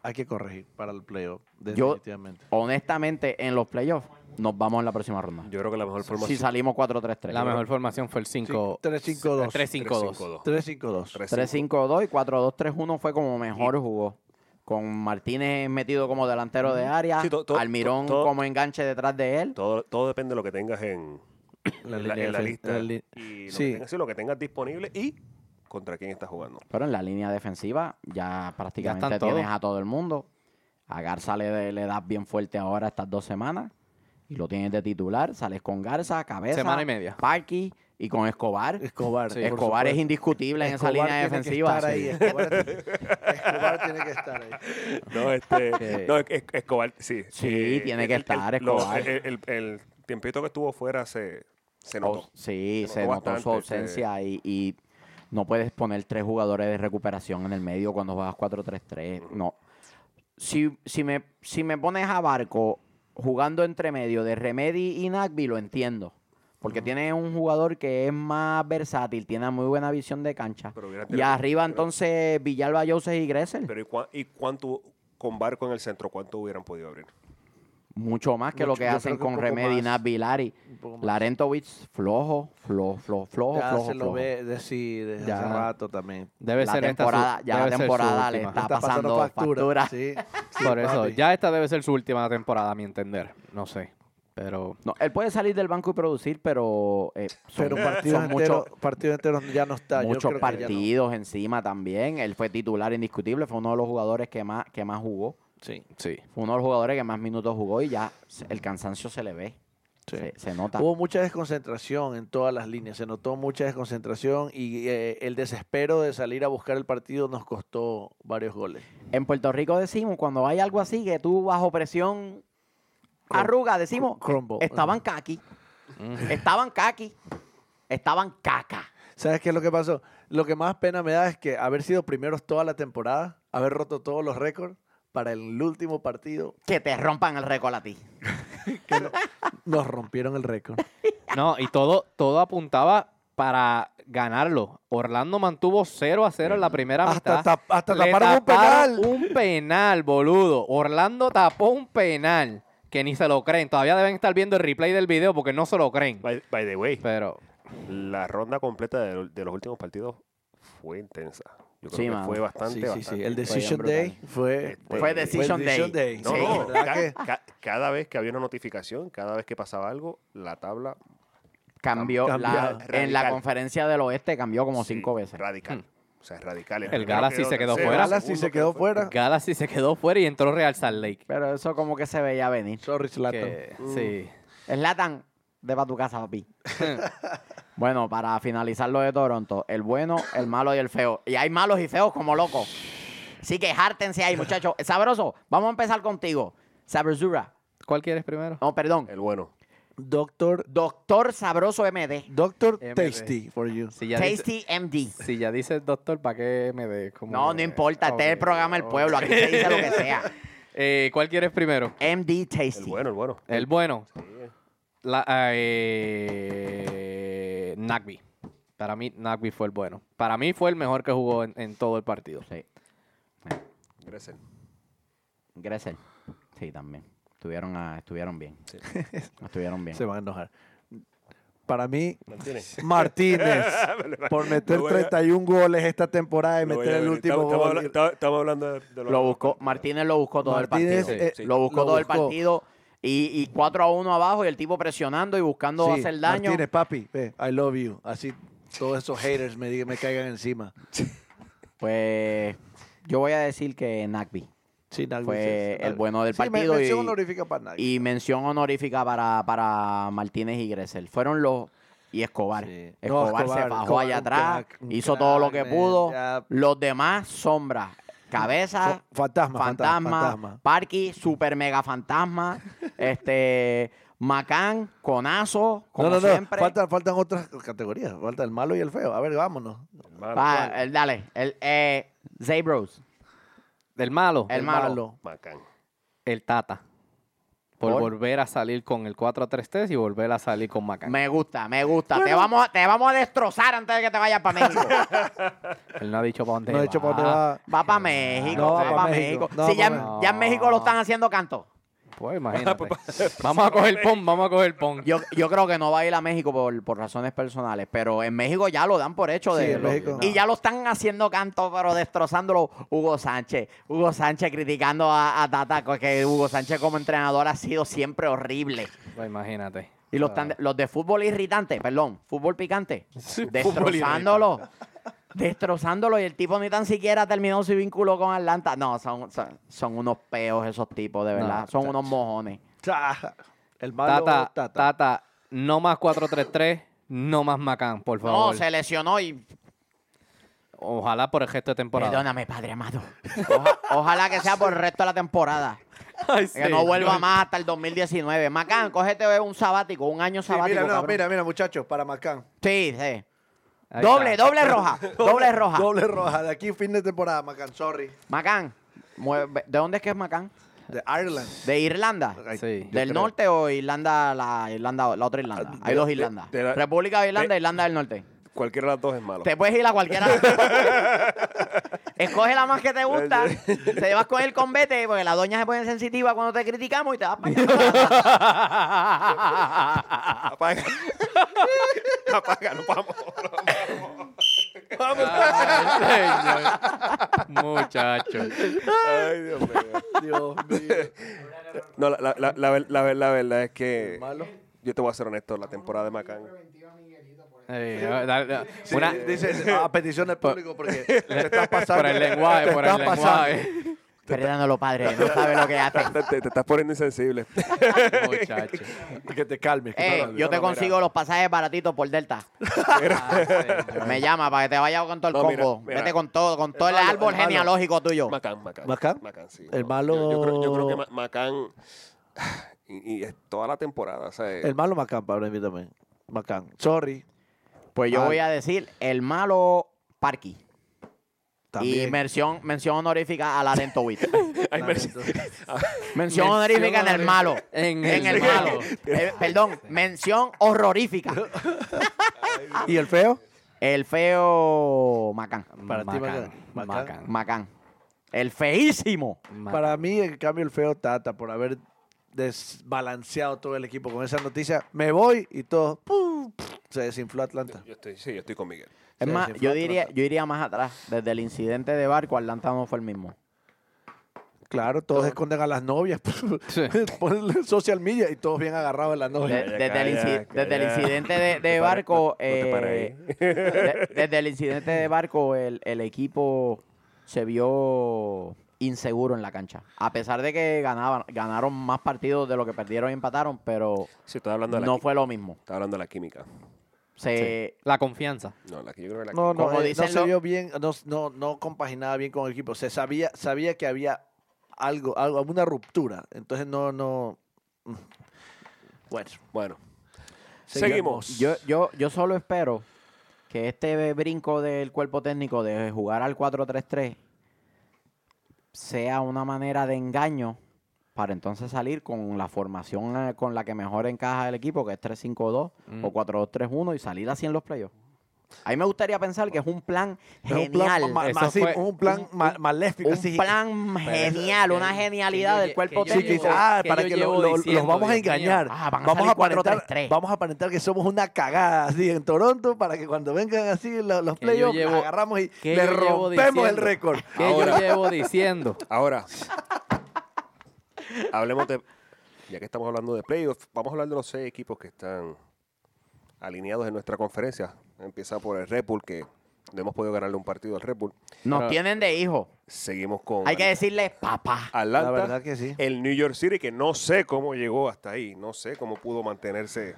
[SPEAKER 3] Hay que corregir para el playoff,
[SPEAKER 1] Yo-
[SPEAKER 3] definitivamente.
[SPEAKER 1] honestamente, en los playoffs nos vamos en la próxima ronda.
[SPEAKER 4] Yo creo que la mejor forma
[SPEAKER 1] Si salimos 4-3-3.
[SPEAKER 2] La mejor formación fue el 5.
[SPEAKER 3] 3-5-2.
[SPEAKER 2] 3-5-2.
[SPEAKER 3] 3-5-2.
[SPEAKER 1] 3-5-2 y 4-2-3-1 fue como mejor jugó. Con Martínez metido como delantero de área,
[SPEAKER 4] Sí, to- to-
[SPEAKER 1] Almirón
[SPEAKER 4] to- to-
[SPEAKER 1] como enganche detrás de él.
[SPEAKER 4] Todo, todo depende de lo que tengas en, en la,
[SPEAKER 3] línea
[SPEAKER 4] en la
[SPEAKER 3] defen-
[SPEAKER 4] lista.
[SPEAKER 3] la li-
[SPEAKER 4] y lo,
[SPEAKER 3] sí.
[SPEAKER 4] que tengas, sí, lo que tengas disponible y contra quién está jugando.
[SPEAKER 1] Pero en la línea defensiva ya prácticamente
[SPEAKER 2] están
[SPEAKER 1] tienes
[SPEAKER 2] todos.
[SPEAKER 1] a todo el mundo. A Garza le, le das bien fuerte ahora estas dos semanas. Y lo tienes de titular. Sales con Garza, Cabeza,
[SPEAKER 2] Semana y media.
[SPEAKER 1] Parky y con Escobar.
[SPEAKER 3] Escobar. por
[SPEAKER 1] Escobar es
[SPEAKER 3] supuesto.
[SPEAKER 1] indiscutible en esa
[SPEAKER 3] Escobar
[SPEAKER 1] línea
[SPEAKER 3] tiene que
[SPEAKER 1] defensiva.
[SPEAKER 3] estar ahí,
[SPEAKER 1] sí.
[SPEAKER 3] Escobar, Escobar tiene que estar ahí.
[SPEAKER 4] No, este,
[SPEAKER 2] Sí.
[SPEAKER 4] no, Es- Escobar, sí.
[SPEAKER 1] Sí,
[SPEAKER 4] Eh,
[SPEAKER 1] tiene que estar
[SPEAKER 4] lo-
[SPEAKER 1] Escobar.
[SPEAKER 4] el, el- el tiempito que estuvo fuera se, se
[SPEAKER 1] O-
[SPEAKER 4] notó.
[SPEAKER 1] Oh, sí,
[SPEAKER 4] Se
[SPEAKER 1] se
[SPEAKER 4] notó
[SPEAKER 1] notó su
[SPEAKER 4] bastante, se-
[SPEAKER 1] ausencia y, y no puedes poner tres jugadores de recuperación en el medio cuando juegas 4-3-3. No. Si, si, me, si me pones a Barco jugando entre medio de Remedy y Nagby, lo entiendo. Porque tiene un jugador que es más versátil, tiene muy buena visión de cancha.
[SPEAKER 4] Pero hubiera
[SPEAKER 1] y
[SPEAKER 4] tenido-
[SPEAKER 1] arriba
[SPEAKER 4] pero-
[SPEAKER 1] entonces Villalba, Joseph y Gressel.
[SPEAKER 4] Pero ¿y, cuán- ¿y cuánto con Barco en el centro, cuánto hubieran podido abrir?
[SPEAKER 1] Mucho más que lo
[SPEAKER 3] Mucho-
[SPEAKER 1] que
[SPEAKER 3] yo
[SPEAKER 1] hacen
[SPEAKER 3] creo que
[SPEAKER 1] con
[SPEAKER 3] un poco
[SPEAKER 1] Remedy,
[SPEAKER 3] más.
[SPEAKER 1] Nagby y Lari.
[SPEAKER 3] Un poco más.
[SPEAKER 1] Larentovic, flojo, flojo, flojo, flojo,
[SPEAKER 3] Ya
[SPEAKER 1] flojo.
[SPEAKER 3] se lo
[SPEAKER 1] flojo.
[SPEAKER 3] ve decir desde
[SPEAKER 2] Ya.
[SPEAKER 3] hace rato también.
[SPEAKER 2] Debe
[SPEAKER 1] la
[SPEAKER 2] ser esta su-
[SPEAKER 1] temporada, ya la
[SPEAKER 2] debe ser su
[SPEAKER 1] temporada le
[SPEAKER 2] última.
[SPEAKER 1] está pasando factura.
[SPEAKER 3] Sí, sí,
[SPEAKER 2] Por eso,
[SPEAKER 3] papi.
[SPEAKER 2] ya esta debe ser su última temporada, a mi entender. No sé. Pero
[SPEAKER 1] No, él puede salir del banco y producir, pero eh, son,
[SPEAKER 3] Pero partidos
[SPEAKER 1] son muchos
[SPEAKER 3] enteros partido entero ya no está. yo
[SPEAKER 1] muchos
[SPEAKER 3] creo que ya no.
[SPEAKER 1] partidos encima también. Él fue titular indiscutible, fue uno de los jugadores que más, que más jugó.
[SPEAKER 3] Sí,
[SPEAKER 2] sí.
[SPEAKER 1] Fue uno de los jugadores que más minutos jugó y ya se- el cansancio se le ve.
[SPEAKER 3] sí.
[SPEAKER 1] Se, se nota.
[SPEAKER 4] Oh.
[SPEAKER 3] Hubo mucha desconcentración en todas las líneas, se notó mucha desconcentración y eh, el desespero de salir a buscar el partido nos costó varios goles.
[SPEAKER 1] En Puerto Rico decimos, cuando hay algo así, que tú bajo presión
[SPEAKER 3] Crum-
[SPEAKER 1] arruga, decimos,
[SPEAKER 3] crumble.
[SPEAKER 1] eh, estaban caqui.
[SPEAKER 3] Mm.
[SPEAKER 1] Estaban caqui. Estaban caca.
[SPEAKER 3] ¿Sabes qué es lo que pasó? Lo que más pena me da es que haber sido primeros toda la temporada, haber roto todos los récords para el último partido,
[SPEAKER 1] Que te rompan el récord a ti.
[SPEAKER 3] nos rompieron el récord.
[SPEAKER 2] No, y todo, todo apuntaba para ganarlo. Orlando mantuvo 0 a 0 en la primera
[SPEAKER 3] Hasta
[SPEAKER 2] mitad.
[SPEAKER 3] tap- hasta
[SPEAKER 2] Le
[SPEAKER 3] taparon un
[SPEAKER 2] taparon
[SPEAKER 3] penal.
[SPEAKER 2] Un penal, boludo. Orlando tapó un penal que ni se lo creen. Todavía deben estar viendo el replay del video porque no se lo creen.
[SPEAKER 4] By, by the way,
[SPEAKER 2] Pero
[SPEAKER 4] la ronda completa de, de los últimos partidos fue intensa. Yo creo
[SPEAKER 1] Sí,
[SPEAKER 4] que
[SPEAKER 1] mano.
[SPEAKER 4] fue bastante,
[SPEAKER 3] Sí, sí, sí.
[SPEAKER 4] bastante.
[SPEAKER 3] El Decision
[SPEAKER 1] brutal.
[SPEAKER 3] Day fue...
[SPEAKER 4] Fue
[SPEAKER 1] Decision Day.
[SPEAKER 4] No,
[SPEAKER 1] Sí,
[SPEAKER 4] no,
[SPEAKER 3] ¿verdad
[SPEAKER 4] ca-
[SPEAKER 3] que?
[SPEAKER 4] ca- cada vez que había una notificación, cada vez que pasaba algo, la tabla
[SPEAKER 1] cambió
[SPEAKER 3] Cam-
[SPEAKER 1] la-
[SPEAKER 4] cambió
[SPEAKER 1] en la
[SPEAKER 4] radical.
[SPEAKER 1] conferencia del oeste cambió como
[SPEAKER 4] sí,
[SPEAKER 1] cinco veces Hmm.
[SPEAKER 4] Radical. O sea, es radical.
[SPEAKER 2] El Galaxy
[SPEAKER 4] primero
[SPEAKER 2] se quedó
[SPEAKER 4] tercero,
[SPEAKER 2] fuera.
[SPEAKER 3] Dallas sí
[SPEAKER 4] segundo
[SPEAKER 3] se quedó fuera.
[SPEAKER 2] Galaxy se quedó fuera y entró Real Salt Lake.
[SPEAKER 1] pero eso como que se veía venir
[SPEAKER 3] Sorry, Zlatan.
[SPEAKER 2] Que- sí.
[SPEAKER 1] es latan de pa' tu casa papi bueno para finalizar lo de Toronto el bueno el malo y el feo y hay malos y feos como locos así que jártense ahí muchachos sabroso vamos a empezar contigo sabrosura
[SPEAKER 2] ¿Cuál quieres primero?
[SPEAKER 1] no perdón
[SPEAKER 4] El bueno.
[SPEAKER 3] Doctor,
[SPEAKER 1] doctor sabroso md
[SPEAKER 3] Doctor
[SPEAKER 2] MD.
[SPEAKER 3] Tasty for you.
[SPEAKER 2] Si ya dice-
[SPEAKER 1] tasty md
[SPEAKER 2] Si ya dices doctor, ¿para qué me dé? como-
[SPEAKER 1] no no importa este es el
[SPEAKER 2] Ok,
[SPEAKER 1] programa del
[SPEAKER 2] ok.
[SPEAKER 1] pueblo aquí se dice lo que sea
[SPEAKER 2] Eh, ¿Cuál quieres primero?
[SPEAKER 1] md
[SPEAKER 4] El
[SPEAKER 1] tasty
[SPEAKER 4] bueno, el bueno.
[SPEAKER 2] El bueno. La, ah, eh, Nagby. Para mí, Nagby fue el bueno. Para mí fue el mejor que jugó en, en todo el partido.
[SPEAKER 1] Sí.
[SPEAKER 4] Gresen.
[SPEAKER 1] Gressel. Sí, también. Estuvieron, a- estuvieron bien. Estuvieron bien.
[SPEAKER 3] Se van a enojar. Para mí,
[SPEAKER 4] ¿Mantiene?
[SPEAKER 3] Martínez, por meter
[SPEAKER 4] Lo voy a-
[SPEAKER 3] 31 goles esta temporada y
[SPEAKER 4] Lo voy
[SPEAKER 3] meter
[SPEAKER 4] a
[SPEAKER 3] el
[SPEAKER 4] ver.
[SPEAKER 3] último
[SPEAKER 4] Estamos- estamos
[SPEAKER 3] gol.
[SPEAKER 4] habla- Estamos estamos hablando de, de los-
[SPEAKER 1] Lo buscó, Martínez lo buscó todo el
[SPEAKER 3] Martínez,
[SPEAKER 1] partido.
[SPEAKER 3] eh,
[SPEAKER 4] Sí.
[SPEAKER 1] Lo buscó
[SPEAKER 3] lo
[SPEAKER 1] todo el
[SPEAKER 3] buscó.
[SPEAKER 1] partido. Y, y 4 a 1 abajo y el tipo presionando y buscando
[SPEAKER 3] Sí,
[SPEAKER 1] hacer daño.
[SPEAKER 3] Martínez, papi, ve, I love you. Así todos esos haters me, digan- me caigan encima.
[SPEAKER 1] Pues yo voy a decir que Nagby.
[SPEAKER 3] Sí, Nagby,
[SPEAKER 1] Fue
[SPEAKER 3] sí, sí,
[SPEAKER 1] el
[SPEAKER 3] Nagby.
[SPEAKER 1] bueno del
[SPEAKER 3] Sí, me-
[SPEAKER 1] partido
[SPEAKER 3] mención
[SPEAKER 1] y-
[SPEAKER 3] honorífica para Nagby.
[SPEAKER 1] Y mención honorífica para, para Martínez y Gressel. Fueron los... Y Escobar.
[SPEAKER 3] Sí. No,
[SPEAKER 1] Escobar, se
[SPEAKER 3] Escobar,
[SPEAKER 1] fajó
[SPEAKER 3] Escobar,
[SPEAKER 1] allá
[SPEAKER 3] un
[SPEAKER 1] atrás,
[SPEAKER 3] crack, un
[SPEAKER 1] hizo todo lo
[SPEAKER 3] crack,
[SPEAKER 1] que
[SPEAKER 3] man,
[SPEAKER 1] pudo.
[SPEAKER 3] ya.
[SPEAKER 1] Los demás, sombra. Cabeza,
[SPEAKER 3] Fa- fantasma,
[SPEAKER 1] fantasma,
[SPEAKER 3] fantasma,
[SPEAKER 1] Parky,
[SPEAKER 3] fantasma.
[SPEAKER 1] super mega fantasma, este Macán, Conazo, como
[SPEAKER 3] no, no, no.
[SPEAKER 1] siempre.
[SPEAKER 3] Faltan, faltan otras categorías. Falta el malo y el feo. A ver, vámonos.
[SPEAKER 4] El malo.
[SPEAKER 1] Va, Ah, el- dale, el eh, Zabros,
[SPEAKER 2] Del malo,
[SPEAKER 1] el, malo.
[SPEAKER 4] Macán.
[SPEAKER 2] el Tata. Por,
[SPEAKER 1] ¿Por?
[SPEAKER 2] volver a salir con el 4-3-3 y volver a salir con Macan.
[SPEAKER 1] Me gusta, me gusta. te, vamos a, te vamos a destrozar antes de que te vayas para México.
[SPEAKER 2] Él no ha dicho para dónde
[SPEAKER 3] No he
[SPEAKER 2] va.
[SPEAKER 3] hecho para dónde va.
[SPEAKER 1] va para México,
[SPEAKER 3] No,
[SPEAKER 1] va
[SPEAKER 3] va pa'
[SPEAKER 1] para México.
[SPEAKER 3] México. No,
[SPEAKER 1] si
[SPEAKER 3] pa'
[SPEAKER 1] ya, en-
[SPEAKER 2] México.
[SPEAKER 1] ya en México lo están haciendo canto.
[SPEAKER 2] Pues imagínate. vamos a coger pon, vamos a coger pon.
[SPEAKER 1] Yo, yo creo que no va a ir a México por, por razones personales, pero en México ya lo dan por hecho de
[SPEAKER 3] Sí, en
[SPEAKER 1] lo-
[SPEAKER 3] México.
[SPEAKER 1] y ya lo están haciendo canto, pero destrozándolo Hugo Sánchez. Hugo Sánchez criticando a, a Tata, que Hugo Sánchez como entrenador ha sido siempre horrible.
[SPEAKER 2] Pues imagínate.
[SPEAKER 1] Y los, tan- los de fútbol irritante, perdón, fútbol picante,
[SPEAKER 2] Sí, fútbol
[SPEAKER 1] destrozándolo. destrozándolo y el tipo ni tan siquiera terminó su vínculo con Atlanta. No, son, son, son unos peos esos tipos, de
[SPEAKER 2] No,
[SPEAKER 1] verdad. son
[SPEAKER 2] chacho.
[SPEAKER 1] unos mojones.
[SPEAKER 3] Cha, El malo
[SPEAKER 2] Tata,
[SPEAKER 3] tata.
[SPEAKER 2] Tata, no más 433, no más Macán, por favor.
[SPEAKER 1] No, se lesionó y.
[SPEAKER 2] Ojalá por el gesto de temporada.
[SPEAKER 1] Perdóname, padre amado. Oja- ojalá que sea por el resto de la temporada.
[SPEAKER 2] Ay,
[SPEAKER 1] Que no
[SPEAKER 2] señor.
[SPEAKER 1] vuelva más hasta el 2019. Macán, cógete un sabático, un año
[SPEAKER 3] Sí,
[SPEAKER 1] sabático.
[SPEAKER 3] mira, no,
[SPEAKER 1] cabrón.
[SPEAKER 3] mira, mira, muchachos, para Macán.
[SPEAKER 1] Sí, sí.
[SPEAKER 2] Ahí
[SPEAKER 1] Doble,
[SPEAKER 2] está.
[SPEAKER 1] doble roja. Doble roja.
[SPEAKER 3] Doble roja. De aquí fin de temporada, Macán. Sorry.
[SPEAKER 1] Macán. mueve- ¿De dónde es que es Macán?
[SPEAKER 3] De Ireland.
[SPEAKER 1] ¿De Irlanda?
[SPEAKER 4] Ay,
[SPEAKER 2] Sí.
[SPEAKER 1] ¿Del
[SPEAKER 4] creo. Ah,
[SPEAKER 1] norte o Irlanda, la, Irlanda, la otra Irlanda? Hay
[SPEAKER 4] de-
[SPEAKER 1] dos
[SPEAKER 4] de-
[SPEAKER 1] Irlandas.
[SPEAKER 4] de la-
[SPEAKER 1] República de Irlanda
[SPEAKER 4] de-
[SPEAKER 1] e Irlanda del Norte.
[SPEAKER 4] Cualquiera de las dos es malo.
[SPEAKER 1] Te puedes ir a cualquiera. Escoge la más que te gusta. te llevas con el convete porque las doñas se ponen sensitivas cuando te criticamos y te vas para allá.
[SPEAKER 4] Apaga. Apaga, nos vamos.
[SPEAKER 2] Ay, señor. Muchacho.
[SPEAKER 4] Ay, Dios mío.
[SPEAKER 3] Dios mío.
[SPEAKER 4] No, la, la, la, la, ver- la ver- la verdad es que.
[SPEAKER 3] Malo.
[SPEAKER 4] Yo te voy a ser honesto, la temporada de Macán.
[SPEAKER 2] Ey, dale, dale.
[SPEAKER 3] Sí,
[SPEAKER 2] Una-
[SPEAKER 3] dice, a petición del público, porque te estás pasando.
[SPEAKER 2] por el lenguaje,
[SPEAKER 3] te
[SPEAKER 2] por el
[SPEAKER 3] estás pasando.
[SPEAKER 2] lenguaje.
[SPEAKER 1] Perdándolo, padre. No sabe lo que hace.
[SPEAKER 4] Te, te- te estás poniendo insensible.
[SPEAKER 2] Muchacho.
[SPEAKER 3] Que te calmes. que
[SPEAKER 1] Ey,
[SPEAKER 3] no, no,
[SPEAKER 1] Eh, yo
[SPEAKER 4] no,
[SPEAKER 1] te
[SPEAKER 4] mira.
[SPEAKER 1] consigo los pasajes baratitos por Delta.
[SPEAKER 2] Ay, señor.
[SPEAKER 1] Me llama para que te vayas con todo el
[SPEAKER 4] No, mira,
[SPEAKER 1] combo.
[SPEAKER 4] mira.
[SPEAKER 1] Vete con todo, con todo el,
[SPEAKER 3] malo,
[SPEAKER 1] árbol
[SPEAKER 3] el malo.
[SPEAKER 1] genealógico tuyo.
[SPEAKER 4] Macán, Macán.
[SPEAKER 3] ¿Macán?
[SPEAKER 4] Macán, sí.
[SPEAKER 3] El
[SPEAKER 4] No,
[SPEAKER 3] malo-
[SPEAKER 4] Yo, yo creo, yo creo que Ma- Macán. Y, y es toda la temporada, o sea,
[SPEAKER 3] El malo Macán, Pablo, invítame. Macán. Sorry.
[SPEAKER 1] Pues yo
[SPEAKER 3] Al-
[SPEAKER 1] voy a decir el malo Parky.
[SPEAKER 3] También.
[SPEAKER 1] Y mención, mención honorífica a la Lento Wit.
[SPEAKER 4] Ay, me-
[SPEAKER 1] Mención honorífica en el malo.
[SPEAKER 2] En
[SPEAKER 1] En
[SPEAKER 2] el
[SPEAKER 1] el malo.
[SPEAKER 2] malo.
[SPEAKER 1] Eh, perdón, mención horrorífica.
[SPEAKER 3] ¿Y el feo?
[SPEAKER 1] El feo Macán.
[SPEAKER 3] Para ti,
[SPEAKER 2] Macán,
[SPEAKER 3] Macán.
[SPEAKER 2] Macán,
[SPEAKER 1] Macán. El feísimo.
[SPEAKER 2] Macán.
[SPEAKER 3] Para mí, en cambio, el feo Tata, por haber desbalanceado todo el equipo con esa noticia, me voy y todo. ¡pum! Se desinfló Atlanta.
[SPEAKER 4] yo estoy, sí, yo estoy con Miguel.
[SPEAKER 1] Es
[SPEAKER 3] Sí,
[SPEAKER 1] más,
[SPEAKER 3] sí, fue
[SPEAKER 1] yo
[SPEAKER 3] otro
[SPEAKER 1] diría,
[SPEAKER 3] dato.
[SPEAKER 1] yo iría más atrás. Desde el incidente de barco, Atlanta no fue el mismo.
[SPEAKER 3] Claro, todos esconden a las novias.
[SPEAKER 2] Sí.
[SPEAKER 3] Ponen social media y todos bien agarrados de las
[SPEAKER 1] De-
[SPEAKER 3] novias.
[SPEAKER 4] ya,
[SPEAKER 1] desde, el,
[SPEAKER 4] ya,
[SPEAKER 1] inci-
[SPEAKER 4] ya.
[SPEAKER 1] desde el incidente de, de
[SPEAKER 4] te pares,
[SPEAKER 1] barco.
[SPEAKER 4] no- no te pares
[SPEAKER 1] eh, de- desde el incidente de barco, el, el equipo se vio inseguro en la cancha. A pesar de que ganaban, ganaron más partidos de lo que perdieron y empataron, pero
[SPEAKER 4] Sí, estaba hablando de la,
[SPEAKER 1] no
[SPEAKER 4] qui-
[SPEAKER 1] fue lo mismo.
[SPEAKER 4] estaba hablando de la química.
[SPEAKER 1] Se,
[SPEAKER 2] La confianza.
[SPEAKER 4] No, la que yo creo que la
[SPEAKER 3] No, no,
[SPEAKER 1] Como
[SPEAKER 3] eh,
[SPEAKER 1] dicen
[SPEAKER 3] no
[SPEAKER 1] los-
[SPEAKER 3] se vio bien, no, no, no compaginaba bien con el equipo. Se sabía, sabía que había algo, algo, alguna ruptura. Entonces no, no. mm. Bueno,
[SPEAKER 4] Bueno, Seguimos.
[SPEAKER 1] Yo, yo, yo solo espero que este brinco del cuerpo técnico de jugar al 4-3-3 sea una manera de engaño para entonces salir con la formación eh, con la que mejor encaja el equipo, que es 3-5-2
[SPEAKER 2] Mm.
[SPEAKER 1] o 4-2-3-1 y salir así en los playoffs. A mí me gustaría pensar que es un plan
[SPEAKER 3] Es un
[SPEAKER 1] genial.
[SPEAKER 3] plan, ma-
[SPEAKER 2] Eso
[SPEAKER 3] masivo,
[SPEAKER 2] fue
[SPEAKER 3] un plan ma- maléfico.
[SPEAKER 1] un
[SPEAKER 3] así.
[SPEAKER 1] plan genial, una genialidad del cuerpo
[SPEAKER 3] Sí, que
[SPEAKER 1] técnico.
[SPEAKER 3] dice, ah,
[SPEAKER 2] que
[SPEAKER 3] para
[SPEAKER 2] yo
[SPEAKER 3] que
[SPEAKER 2] llevo
[SPEAKER 3] lo- lo- los
[SPEAKER 2] diciendo,
[SPEAKER 3] vamos a
[SPEAKER 2] Dios mío.
[SPEAKER 3] engañar.
[SPEAKER 1] Ah, van a
[SPEAKER 3] vamos,
[SPEAKER 1] salir
[SPEAKER 3] a aparentar,
[SPEAKER 1] 4-3-3.
[SPEAKER 3] vamos a aparentar que somos una cagada así en Toronto para que cuando vengan así lo- los
[SPEAKER 2] Que yo
[SPEAKER 3] playoffs,
[SPEAKER 2] llevo-
[SPEAKER 3] agarramos y
[SPEAKER 2] que
[SPEAKER 3] le
[SPEAKER 2] yo llevo
[SPEAKER 3] rompemos el
[SPEAKER 2] diciendo.
[SPEAKER 3] récord.
[SPEAKER 2] ¿Qué
[SPEAKER 4] Ahora.
[SPEAKER 2] yo llevo diciendo?
[SPEAKER 4] ahora hablemos de. Ya que estamos hablando de playoffs, vamos a hablar de los seis equipos que están alineados en nuestra conferencia. Empieza por el Red Bull, que no hemos podido ganarle un partido al Red Bull.
[SPEAKER 1] Nos
[SPEAKER 2] Pero-
[SPEAKER 1] tienen de hijo.
[SPEAKER 4] Seguimos con
[SPEAKER 1] Hay que decirle papá.
[SPEAKER 3] La
[SPEAKER 4] Atlanta.
[SPEAKER 3] verdad que sí.
[SPEAKER 4] El New York City, que no sé cómo llegó hasta ahí. No sé cómo pudo mantenerse.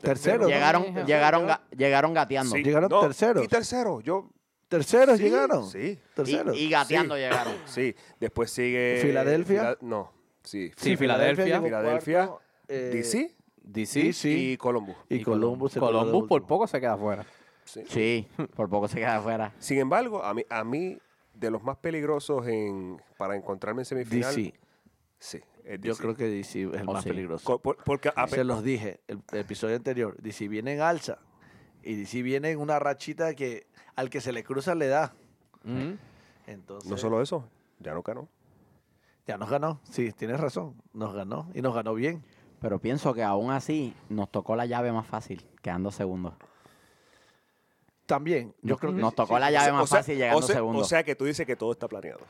[SPEAKER 3] Tercero. ¿no?
[SPEAKER 1] Llegaron,
[SPEAKER 2] Tercero,
[SPEAKER 1] llegaron, ga- llegaron gateando.
[SPEAKER 4] Sí,
[SPEAKER 3] Llegaron terceros.
[SPEAKER 4] Y tercero. Yo,
[SPEAKER 3] Terceros
[SPEAKER 4] Sí,
[SPEAKER 3] llegaron.
[SPEAKER 4] sí.
[SPEAKER 3] Terceros.
[SPEAKER 1] Y, y gateando
[SPEAKER 4] Sí.
[SPEAKER 1] llegaron.
[SPEAKER 4] sí. Después sigue.
[SPEAKER 3] ¿Filadelfia?
[SPEAKER 4] Fila- no. Sí.
[SPEAKER 2] Sí, Filadelfia.
[SPEAKER 3] llegó
[SPEAKER 4] Filadelfia,
[SPEAKER 3] cuarto, eh,
[SPEAKER 4] DC
[SPEAKER 2] DC.
[SPEAKER 3] Sí.
[SPEAKER 4] y Columbus.
[SPEAKER 3] Y Columbus. se coló de
[SPEAKER 2] Columbus por
[SPEAKER 3] último.
[SPEAKER 2] poco se queda afuera.
[SPEAKER 4] Sí.
[SPEAKER 1] Sí, por poco se queda afuera.
[SPEAKER 4] Sin embargo, a mí, a mí, de los más peligrosos en, para encontrarme en semifinal.
[SPEAKER 3] DC.
[SPEAKER 4] Sí. es
[SPEAKER 3] Yo
[SPEAKER 4] DC.
[SPEAKER 3] creo que DC es el
[SPEAKER 1] Oh,
[SPEAKER 3] más
[SPEAKER 1] sí.
[SPEAKER 3] peligroso.
[SPEAKER 4] Co- por- porque a pe-
[SPEAKER 3] Se los dije el, el episodio anterior. DC viene en alza. Y DC viene en una rachita que al que se le cruza le da.
[SPEAKER 2] Mm.
[SPEAKER 3] Entonces,
[SPEAKER 4] no solo eso, ya no ganó.
[SPEAKER 3] ya nos ganó. Sí, tienes razón. Nos ganó. Y nos ganó bien.
[SPEAKER 1] Pero pienso que aún así nos tocó la llave más fácil, quedando segundos.
[SPEAKER 3] También. Yo
[SPEAKER 1] Nos-
[SPEAKER 3] creo que
[SPEAKER 1] nos
[SPEAKER 3] sí.
[SPEAKER 1] tocó la llave más
[SPEAKER 4] o sea,
[SPEAKER 1] fácil llegando
[SPEAKER 4] o sea,
[SPEAKER 1] segundos.
[SPEAKER 4] O sea que tú dices que todo está planeado.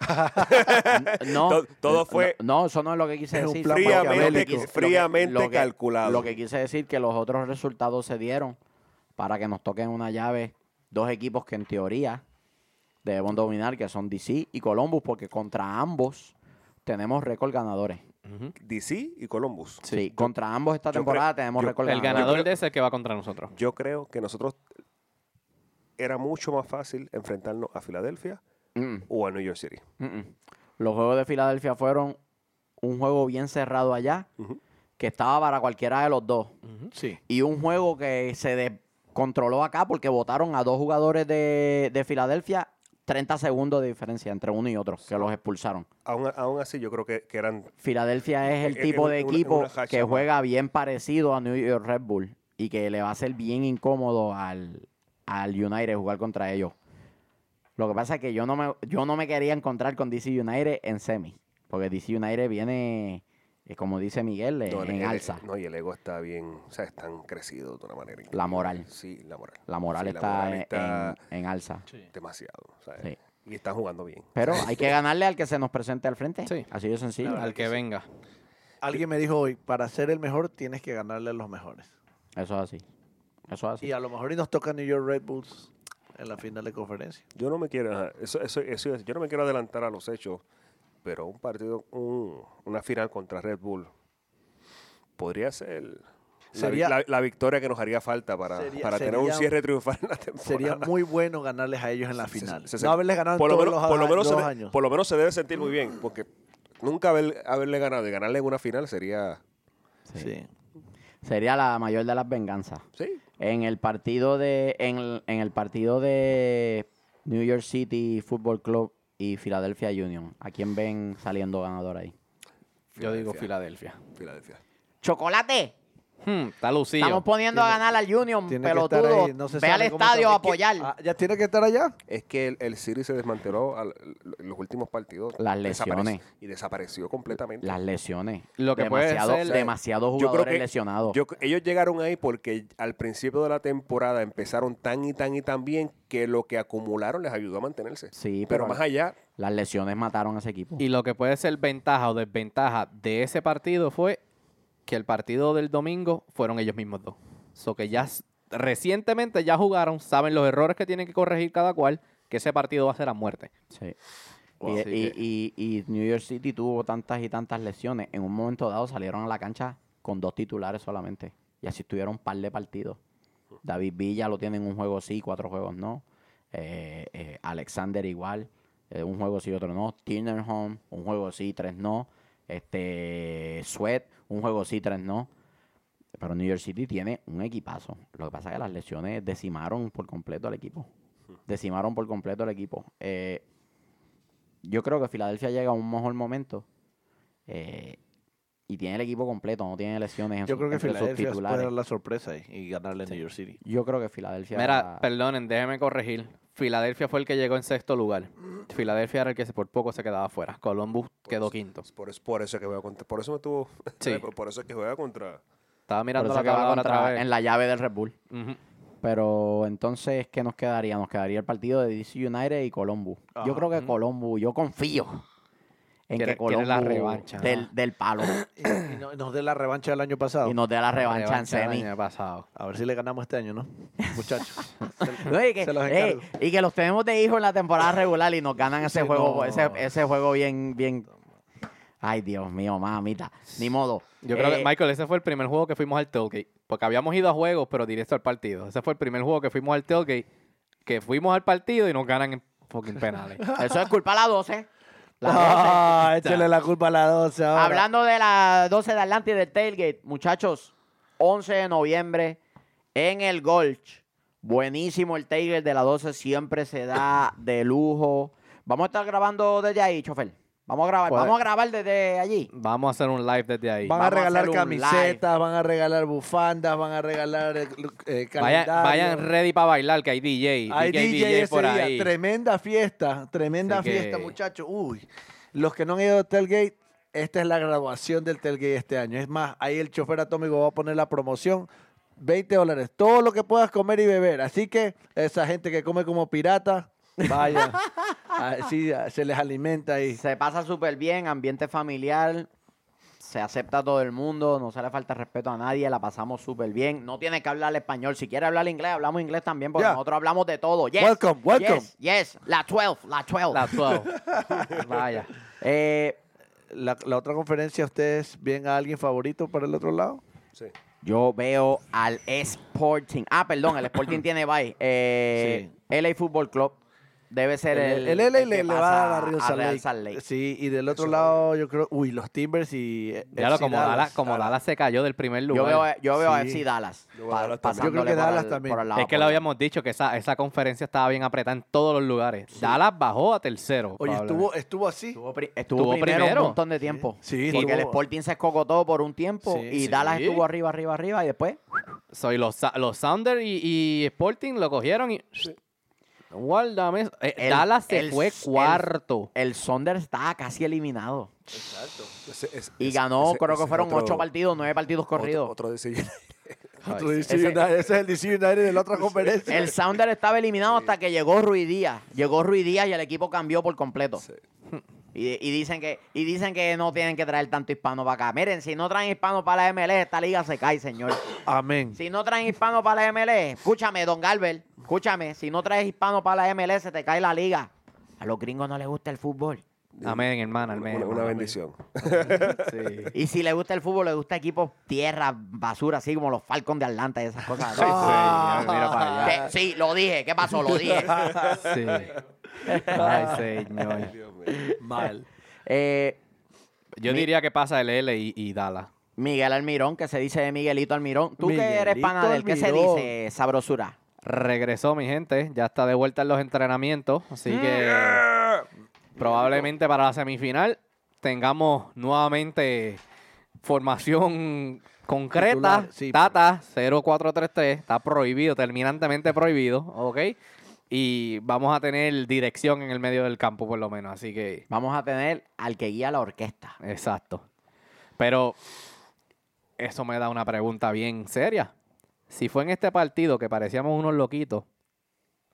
[SPEAKER 1] no,
[SPEAKER 4] to- todo fue-
[SPEAKER 1] No, no, eso no es lo que quise
[SPEAKER 3] Es un
[SPEAKER 1] decir.
[SPEAKER 3] plan
[SPEAKER 1] sino lo que-
[SPEAKER 3] maquiavélico.
[SPEAKER 1] lo que quise- lo que-
[SPEAKER 4] Fríamente
[SPEAKER 1] lo que-
[SPEAKER 4] calculado.
[SPEAKER 1] Lo que quise decir que los otros resultados se dieron para que nos toquen una llave Dos equipos que en teoría debemos dominar, que son DC y Columbus, porque contra ambos tenemos récord ganadores.
[SPEAKER 4] DC y Columbus.
[SPEAKER 1] Sí, contra ambos esta
[SPEAKER 4] yo creo-
[SPEAKER 1] temporada tenemos
[SPEAKER 4] yo-
[SPEAKER 1] récord
[SPEAKER 4] el
[SPEAKER 2] El
[SPEAKER 1] ganadores.
[SPEAKER 2] ganador de ese es el que va contra nosotros.
[SPEAKER 4] Yo creo que nosotros era mucho más fácil enfrentarnos a Filadelfia
[SPEAKER 1] Mm,
[SPEAKER 4] o a New York City.
[SPEAKER 1] mm, mm. Los juegos de Filadelfia fueron un juego bien cerrado allá,
[SPEAKER 4] Ujú.
[SPEAKER 1] que estaba para cualquiera de los dos.
[SPEAKER 3] Sí.
[SPEAKER 1] y un juego que se descontroló acá porque votaron a dos jugadores de, de Filadelfia 30 segundos de diferencia entre uno y otro, que los expulsaron.
[SPEAKER 4] Aún, aún así, yo creo que, que eran
[SPEAKER 1] Filadelfia es el
[SPEAKER 4] Es-
[SPEAKER 1] tipo
[SPEAKER 4] es
[SPEAKER 1] de
[SPEAKER 4] una-
[SPEAKER 1] equipo
[SPEAKER 4] es una hacha
[SPEAKER 1] que
[SPEAKER 4] más.
[SPEAKER 1] juega bien parecido a New York Red Bull y que le va a ser bien incómodo al, al United jugar contra ellos. Lo que pasa es que yo no me, yo no me quería encontrar con DC United en semi, porque DC United viene, eh, como dice Miguel, eh,
[SPEAKER 4] No, el-
[SPEAKER 1] en
[SPEAKER 4] el-
[SPEAKER 1] alza.
[SPEAKER 4] No, y el ego está bien, o sea, están crecidos de una manera increíble.
[SPEAKER 1] La moral.
[SPEAKER 4] Sí, la moral.
[SPEAKER 1] La moral
[SPEAKER 4] Sí, la
[SPEAKER 1] está,
[SPEAKER 4] moral
[SPEAKER 1] en-
[SPEAKER 4] está-
[SPEAKER 1] en, en alza.
[SPEAKER 4] Demasiado. o sea,
[SPEAKER 1] Sí.
[SPEAKER 4] Y están jugando bien.
[SPEAKER 1] Pero hay que ganarle al que se nos presente al frente.
[SPEAKER 2] Sí.
[SPEAKER 1] Así de sencillo.
[SPEAKER 2] Al que venga.
[SPEAKER 3] Alguien me dijo hoy, para ser el mejor tienes que ganarle a los mejores.
[SPEAKER 1] Eso es así. Eso es así.
[SPEAKER 3] Y a lo mejor y nos toca New York Red Bulls en la final de conferencia.
[SPEAKER 4] Yo no me quiero, ajá, eso, eso, eso es- yo no me quiero adelantar a los hechos, pero un partido, un- una final contra Red Bull podría ser la vi-
[SPEAKER 3] Sería-
[SPEAKER 4] la, la victoria que nos haría falta para,
[SPEAKER 3] Sería-
[SPEAKER 4] para tener un
[SPEAKER 3] sería-
[SPEAKER 4] cierre triunfal en la temporada.
[SPEAKER 3] Sería muy bueno ganarles a ellos en la
[SPEAKER 4] Se- se-
[SPEAKER 3] final.
[SPEAKER 4] se- se-
[SPEAKER 3] no haberles ganado en
[SPEAKER 4] por lo
[SPEAKER 3] todos
[SPEAKER 4] menos-
[SPEAKER 3] los
[SPEAKER 4] por lo menos se
[SPEAKER 3] dos
[SPEAKER 4] de-
[SPEAKER 3] años.
[SPEAKER 4] Por lo menos se debe sentir muy bien, porque nunca haber- haberle ganado y ganarle en una final sería...
[SPEAKER 1] Sí.
[SPEAKER 3] Sí.
[SPEAKER 1] Sería la mayor de las venganzas.
[SPEAKER 4] Sí,
[SPEAKER 1] En el partido de. En el, en el partido de New York City Football Club y Philadelphia Union. ¿A quién ven saliendo ganador ahí?
[SPEAKER 2] Yo digo
[SPEAKER 4] Filadelfia.
[SPEAKER 2] Filadelfia.
[SPEAKER 4] Filadelfia.
[SPEAKER 1] ¡Chocolate!
[SPEAKER 2] Hmm, está Lucillo.
[SPEAKER 1] Estamos poniendo a ganar al Union,
[SPEAKER 3] Tiene que estar
[SPEAKER 1] pelotudo.
[SPEAKER 3] ahí, no se
[SPEAKER 1] Ve al
[SPEAKER 3] sabe cómo
[SPEAKER 1] estadio a
[SPEAKER 3] está- es que-
[SPEAKER 1] apoyar.
[SPEAKER 3] ah, ¿Ya tiene que estar allá?
[SPEAKER 4] Es que el, el City se desmanteló al- en los últimos partidos.
[SPEAKER 1] Las
[SPEAKER 4] Desaparec-
[SPEAKER 1] lesiones.
[SPEAKER 4] Y desapareció completamente.
[SPEAKER 1] Las lesiones.
[SPEAKER 2] Lo que puede
[SPEAKER 1] demasiado,
[SPEAKER 2] ser-
[SPEAKER 3] eh,
[SPEAKER 1] demasiados
[SPEAKER 4] Yo creo
[SPEAKER 1] jugadores
[SPEAKER 4] que-
[SPEAKER 1] lesionados.
[SPEAKER 4] Yo- ellos llegaron ahí porque al principio de la temporada empezaron tan y tan y tan bien que lo que acumularon les ayudó a mantenerse.
[SPEAKER 1] Sí,
[SPEAKER 4] pero,
[SPEAKER 1] pero-
[SPEAKER 4] más allá,
[SPEAKER 1] Las lesiones mataron a ese equipo.
[SPEAKER 2] Y lo que puede ser ventaja o desventaja de ese partido fue que el partido del domingo fueron ellos mismos dos. So que ya s- recientemente ya jugaron, saben los errores que tienen que corregir cada cual, que ese partido va a ser a muerte.
[SPEAKER 1] Sí.
[SPEAKER 2] Wow.
[SPEAKER 1] Y,
[SPEAKER 2] Así
[SPEAKER 1] y-
[SPEAKER 2] que-
[SPEAKER 1] y- y New York City tuvo tantas y tantas lesiones. En un momento dado salieron a la cancha con dos titulares solamente. Y así tuvieron un par de partidos. David Villa lo tienen un juego sí, cuatro juegos no. Eh, eh, Alexander igual, eh, un juego sí, otro no. Tinnerholm, un juego sí, tres no. Este Sweat, un juego sí, tres no. Pero New York City tiene un equipazo. Lo que pasa es que las lesiones decimaron por completo al equipo. Decimaron por completo al equipo. Eh, yo creo que Filadelfia llega a un mejor momento eh, y tiene el equipo completo, no tiene lesiones en
[SPEAKER 3] Yo
[SPEAKER 1] su-
[SPEAKER 3] creo que
[SPEAKER 1] entre sus
[SPEAKER 3] Filadelfia puede
[SPEAKER 1] titulares.
[SPEAKER 3] dar la sorpresa ahí y ganarle a New York City.
[SPEAKER 1] Yo creo que Filadelfia.
[SPEAKER 2] Mira, perdonen, déjenme corregir. Filadelfia fue el que llegó en sexto lugar. Filadelfia era el que se- por poco se quedaba afuera. Columbus
[SPEAKER 1] Pues,
[SPEAKER 2] quedó quinto.
[SPEAKER 4] por, es- por eso es que juega contra. Por eso me tuvo.
[SPEAKER 2] Sí.
[SPEAKER 4] por, por eso es que juega contra.
[SPEAKER 2] Estaba
[SPEAKER 1] por
[SPEAKER 2] mirando
[SPEAKER 1] eso
[SPEAKER 2] la
[SPEAKER 1] que va
[SPEAKER 2] tabla ahora
[SPEAKER 1] contra-
[SPEAKER 2] otra vez.
[SPEAKER 1] en la llave del Red Bull.
[SPEAKER 2] Ujú.
[SPEAKER 1] Pero entonces, ¿qué nos quedaría? Nos quedaría el partido de DC United y Columbus. Yo
[SPEAKER 3] Ajá.
[SPEAKER 1] creo que Columbus, yo confío en que
[SPEAKER 2] Quiere- quiere
[SPEAKER 1] Columbus
[SPEAKER 2] la revancha,
[SPEAKER 1] del,
[SPEAKER 2] ¿no?
[SPEAKER 1] del palo
[SPEAKER 3] Y, y no- y nos dé la revancha del año pasado.
[SPEAKER 1] y nos dé la revancha,
[SPEAKER 2] Revancha
[SPEAKER 1] en
[SPEAKER 2] del
[SPEAKER 1] semi.
[SPEAKER 2] año pasado.
[SPEAKER 3] A ver si le ganamos este año, ¿no? Muchachos.
[SPEAKER 1] No, y, que,
[SPEAKER 3] Se los
[SPEAKER 1] eh,
[SPEAKER 3] encargo.
[SPEAKER 1] y que los tenemos de hijo en la temporada regular y nos ganan ese
[SPEAKER 3] Sí,
[SPEAKER 1] juego,
[SPEAKER 3] no.
[SPEAKER 1] ese, ese juego bien, bien. Ay, Dios mío, mamita. Ni modo.
[SPEAKER 2] Yo creo
[SPEAKER 1] Eh,
[SPEAKER 2] que, Michael, ese fue el primer juego que fuimos al tailgate. Porque habíamos ido a juegos, pero directo al partido. Ese fue el primer juego que fuimos al tailgate. Que fuimos al partido y nos ganan en fucking penales.
[SPEAKER 1] Eso es culpa de la 12. La 12.
[SPEAKER 3] Ah, échale la culpa a la 12 ahora.
[SPEAKER 1] Hablando de las 12 de Atlanta y del tailgate, muchachos, 11 de noviembre en el Golch. Buenísimo el tailgate de las 12, siempre se da de lujo. Vamos a estar grabando desde ahí, chofer. Vamos a grabar,
[SPEAKER 3] Pues,
[SPEAKER 2] Puede-
[SPEAKER 1] vamos a grabar desde allí.
[SPEAKER 2] Vamos a hacer un live desde ahí.
[SPEAKER 3] Van
[SPEAKER 1] Vamos a
[SPEAKER 3] a regalar
[SPEAKER 1] hacer un
[SPEAKER 3] camisetas, van a regalar bufandas, van a regalar eh, eh,
[SPEAKER 2] Vayan,
[SPEAKER 3] calendario.
[SPEAKER 2] vayan ready para bailar, que hay DJ.
[SPEAKER 3] Hay
[SPEAKER 2] DJ,
[SPEAKER 3] DJ, ese
[SPEAKER 2] por
[SPEAKER 3] día.
[SPEAKER 2] ahí.
[SPEAKER 3] Tremenda fiesta, tremenda
[SPEAKER 2] Así que-
[SPEAKER 3] fiesta, muchachos. Uy, los que no han ido al Telgate, esta es la graduación del Telgate este año. Es más, ahí el chofer atómico va a poner la promoción. 20 dólares, todo lo que puedas comer y beber. Así que esa gente que come como pirata, vaya, así ah, se les alimenta ahí.
[SPEAKER 1] Se pasa súper bien, ambiente familiar. se acepta a todo el mundo, no se le falta respeto a nadie, la pasamos súper bien. No tiene que hablar español, si quiere hablar inglés, hablamos inglés también, porque
[SPEAKER 3] Yeah.
[SPEAKER 1] nosotros hablamos de todo. Yes,
[SPEAKER 3] Welcome, welcome.
[SPEAKER 1] Yes, yes, la 12, la 12.
[SPEAKER 2] La 12. Vaya.
[SPEAKER 1] Eh,
[SPEAKER 3] La, la otra conferencia, ¿ustedes ven a alguien favorito para el otro lado?
[SPEAKER 4] Sí.
[SPEAKER 1] yo veo al Sporting. Ah, perdón, el Sporting tiene bye. Eh, LA Football Club debe ser el.
[SPEAKER 3] el, LA
[SPEAKER 1] que
[SPEAKER 3] le, le va
[SPEAKER 1] pasa
[SPEAKER 3] a dar a Real Salt Lake.
[SPEAKER 1] Salt Lake.
[SPEAKER 3] Sí, y del otro lado, yo creo, uy, los Timbers y. eh,
[SPEAKER 2] Ya lo,
[SPEAKER 3] FC
[SPEAKER 2] como Dallas, como
[SPEAKER 3] Dallas.
[SPEAKER 2] Dallas se cayó del primer
[SPEAKER 1] Yo
[SPEAKER 2] lugar.
[SPEAKER 1] veo, yo veo a
[SPEAKER 3] Sí.
[SPEAKER 1] FC Dallas.
[SPEAKER 4] Yo veo a
[SPEAKER 1] pa-
[SPEAKER 4] Dallas también.
[SPEAKER 3] Yo creo que
[SPEAKER 1] pasándole por
[SPEAKER 3] Dallas
[SPEAKER 1] el-
[SPEAKER 3] también.
[SPEAKER 1] por el lado
[SPEAKER 2] es que lo
[SPEAKER 1] opuesto.
[SPEAKER 2] habíamos dicho que esa, esa conferencia estaba bien apretada en todos los lugares. Dallas bajó a tercero.
[SPEAKER 3] Oye, estuvo, estuvo así.
[SPEAKER 1] Estuvo, pri- estuvo
[SPEAKER 2] Estuvo
[SPEAKER 1] primero,
[SPEAKER 2] primero.
[SPEAKER 1] un montón de tiempo.
[SPEAKER 3] Sí,
[SPEAKER 1] porque el
[SPEAKER 3] estuvo-
[SPEAKER 1] Sporting se escocotó por un tiempo
[SPEAKER 3] Sí,
[SPEAKER 1] y
[SPEAKER 3] sí.
[SPEAKER 1] Dallas estuvo arriba, arriba, arriba y después.
[SPEAKER 2] Soy los, Sa- los Sounders y, y Sporting lo cogieron y. Guárdame. eso. Eh,
[SPEAKER 1] El-
[SPEAKER 2] Dallas se
[SPEAKER 1] el-
[SPEAKER 2] fue
[SPEAKER 1] el-
[SPEAKER 2] cuarto.
[SPEAKER 1] El Sonder está casi eliminado.
[SPEAKER 4] Ese- es-
[SPEAKER 1] Y
[SPEAKER 4] es-
[SPEAKER 1] ganó,
[SPEAKER 4] ese-
[SPEAKER 1] creo
[SPEAKER 4] ese
[SPEAKER 1] que
[SPEAKER 4] es
[SPEAKER 1] fueron
[SPEAKER 4] otro-
[SPEAKER 1] ocho partidos, nueve partidos
[SPEAKER 4] otro-
[SPEAKER 1] corridos.
[SPEAKER 4] Otro, de ese-
[SPEAKER 3] Otro DC United, ese es el DC United de la otra conferencia.
[SPEAKER 1] El Sounder estaba eliminado hasta que llegó Ruiz Díaz. Llegó Ruiz Díaz y el equipo cambió por completo.
[SPEAKER 4] Sí.
[SPEAKER 1] Y, y dicen que, y dicen que no tienen que traer tanto hispano para acá. Miren, si no traen hispano para la MLS, esta liga se cae, señor.
[SPEAKER 3] Amén.
[SPEAKER 1] Si no traes hispano para la MLS, escúchame, don Galver, escúchame, si no traes hispano para la MLS, se te cae la liga. A los gringos no les gusta el fútbol.
[SPEAKER 2] Amén, hermana.
[SPEAKER 4] Una,
[SPEAKER 2] Amén.
[SPEAKER 4] una
[SPEAKER 2] hermano, amén.
[SPEAKER 4] bendición.
[SPEAKER 1] Y si les gusta el fútbol, les gusta equipos tierra, basura, así como los Falcons de Atlanta y esas cosas.
[SPEAKER 2] Sí, sí, ya, mira para allá.
[SPEAKER 1] Que- sí, lo dije, ¿qué pasó? Lo dije.
[SPEAKER 2] Sí. Ay, señor.
[SPEAKER 3] Mal.
[SPEAKER 1] Eh,
[SPEAKER 2] Yo
[SPEAKER 1] Mi-
[SPEAKER 2] diría que pasa el L y, y Dallas.
[SPEAKER 1] Miguel Almirón, que se dice de Miguelito Almirón. Tú que eres
[SPEAKER 3] Miguelito
[SPEAKER 1] pana del, ¿qué se
[SPEAKER 3] Almirón.
[SPEAKER 1] dice, sabrosura?
[SPEAKER 2] Regresó mi gente, ya está de vuelta en los entrenamientos, así que probablemente para la semifinal tengamos nuevamente formación concreta.
[SPEAKER 3] Titular, sí.
[SPEAKER 2] Tata 0433, está prohibido, terminantemente prohibido, ¿ok? Y vamos a tener dirección en el medio del campo por lo menos, así que...
[SPEAKER 1] Vamos a tener al que guía la orquesta.
[SPEAKER 2] Exacto. Pero eso me da una pregunta bien seria. Si fue en este partido que parecíamos unos loquitos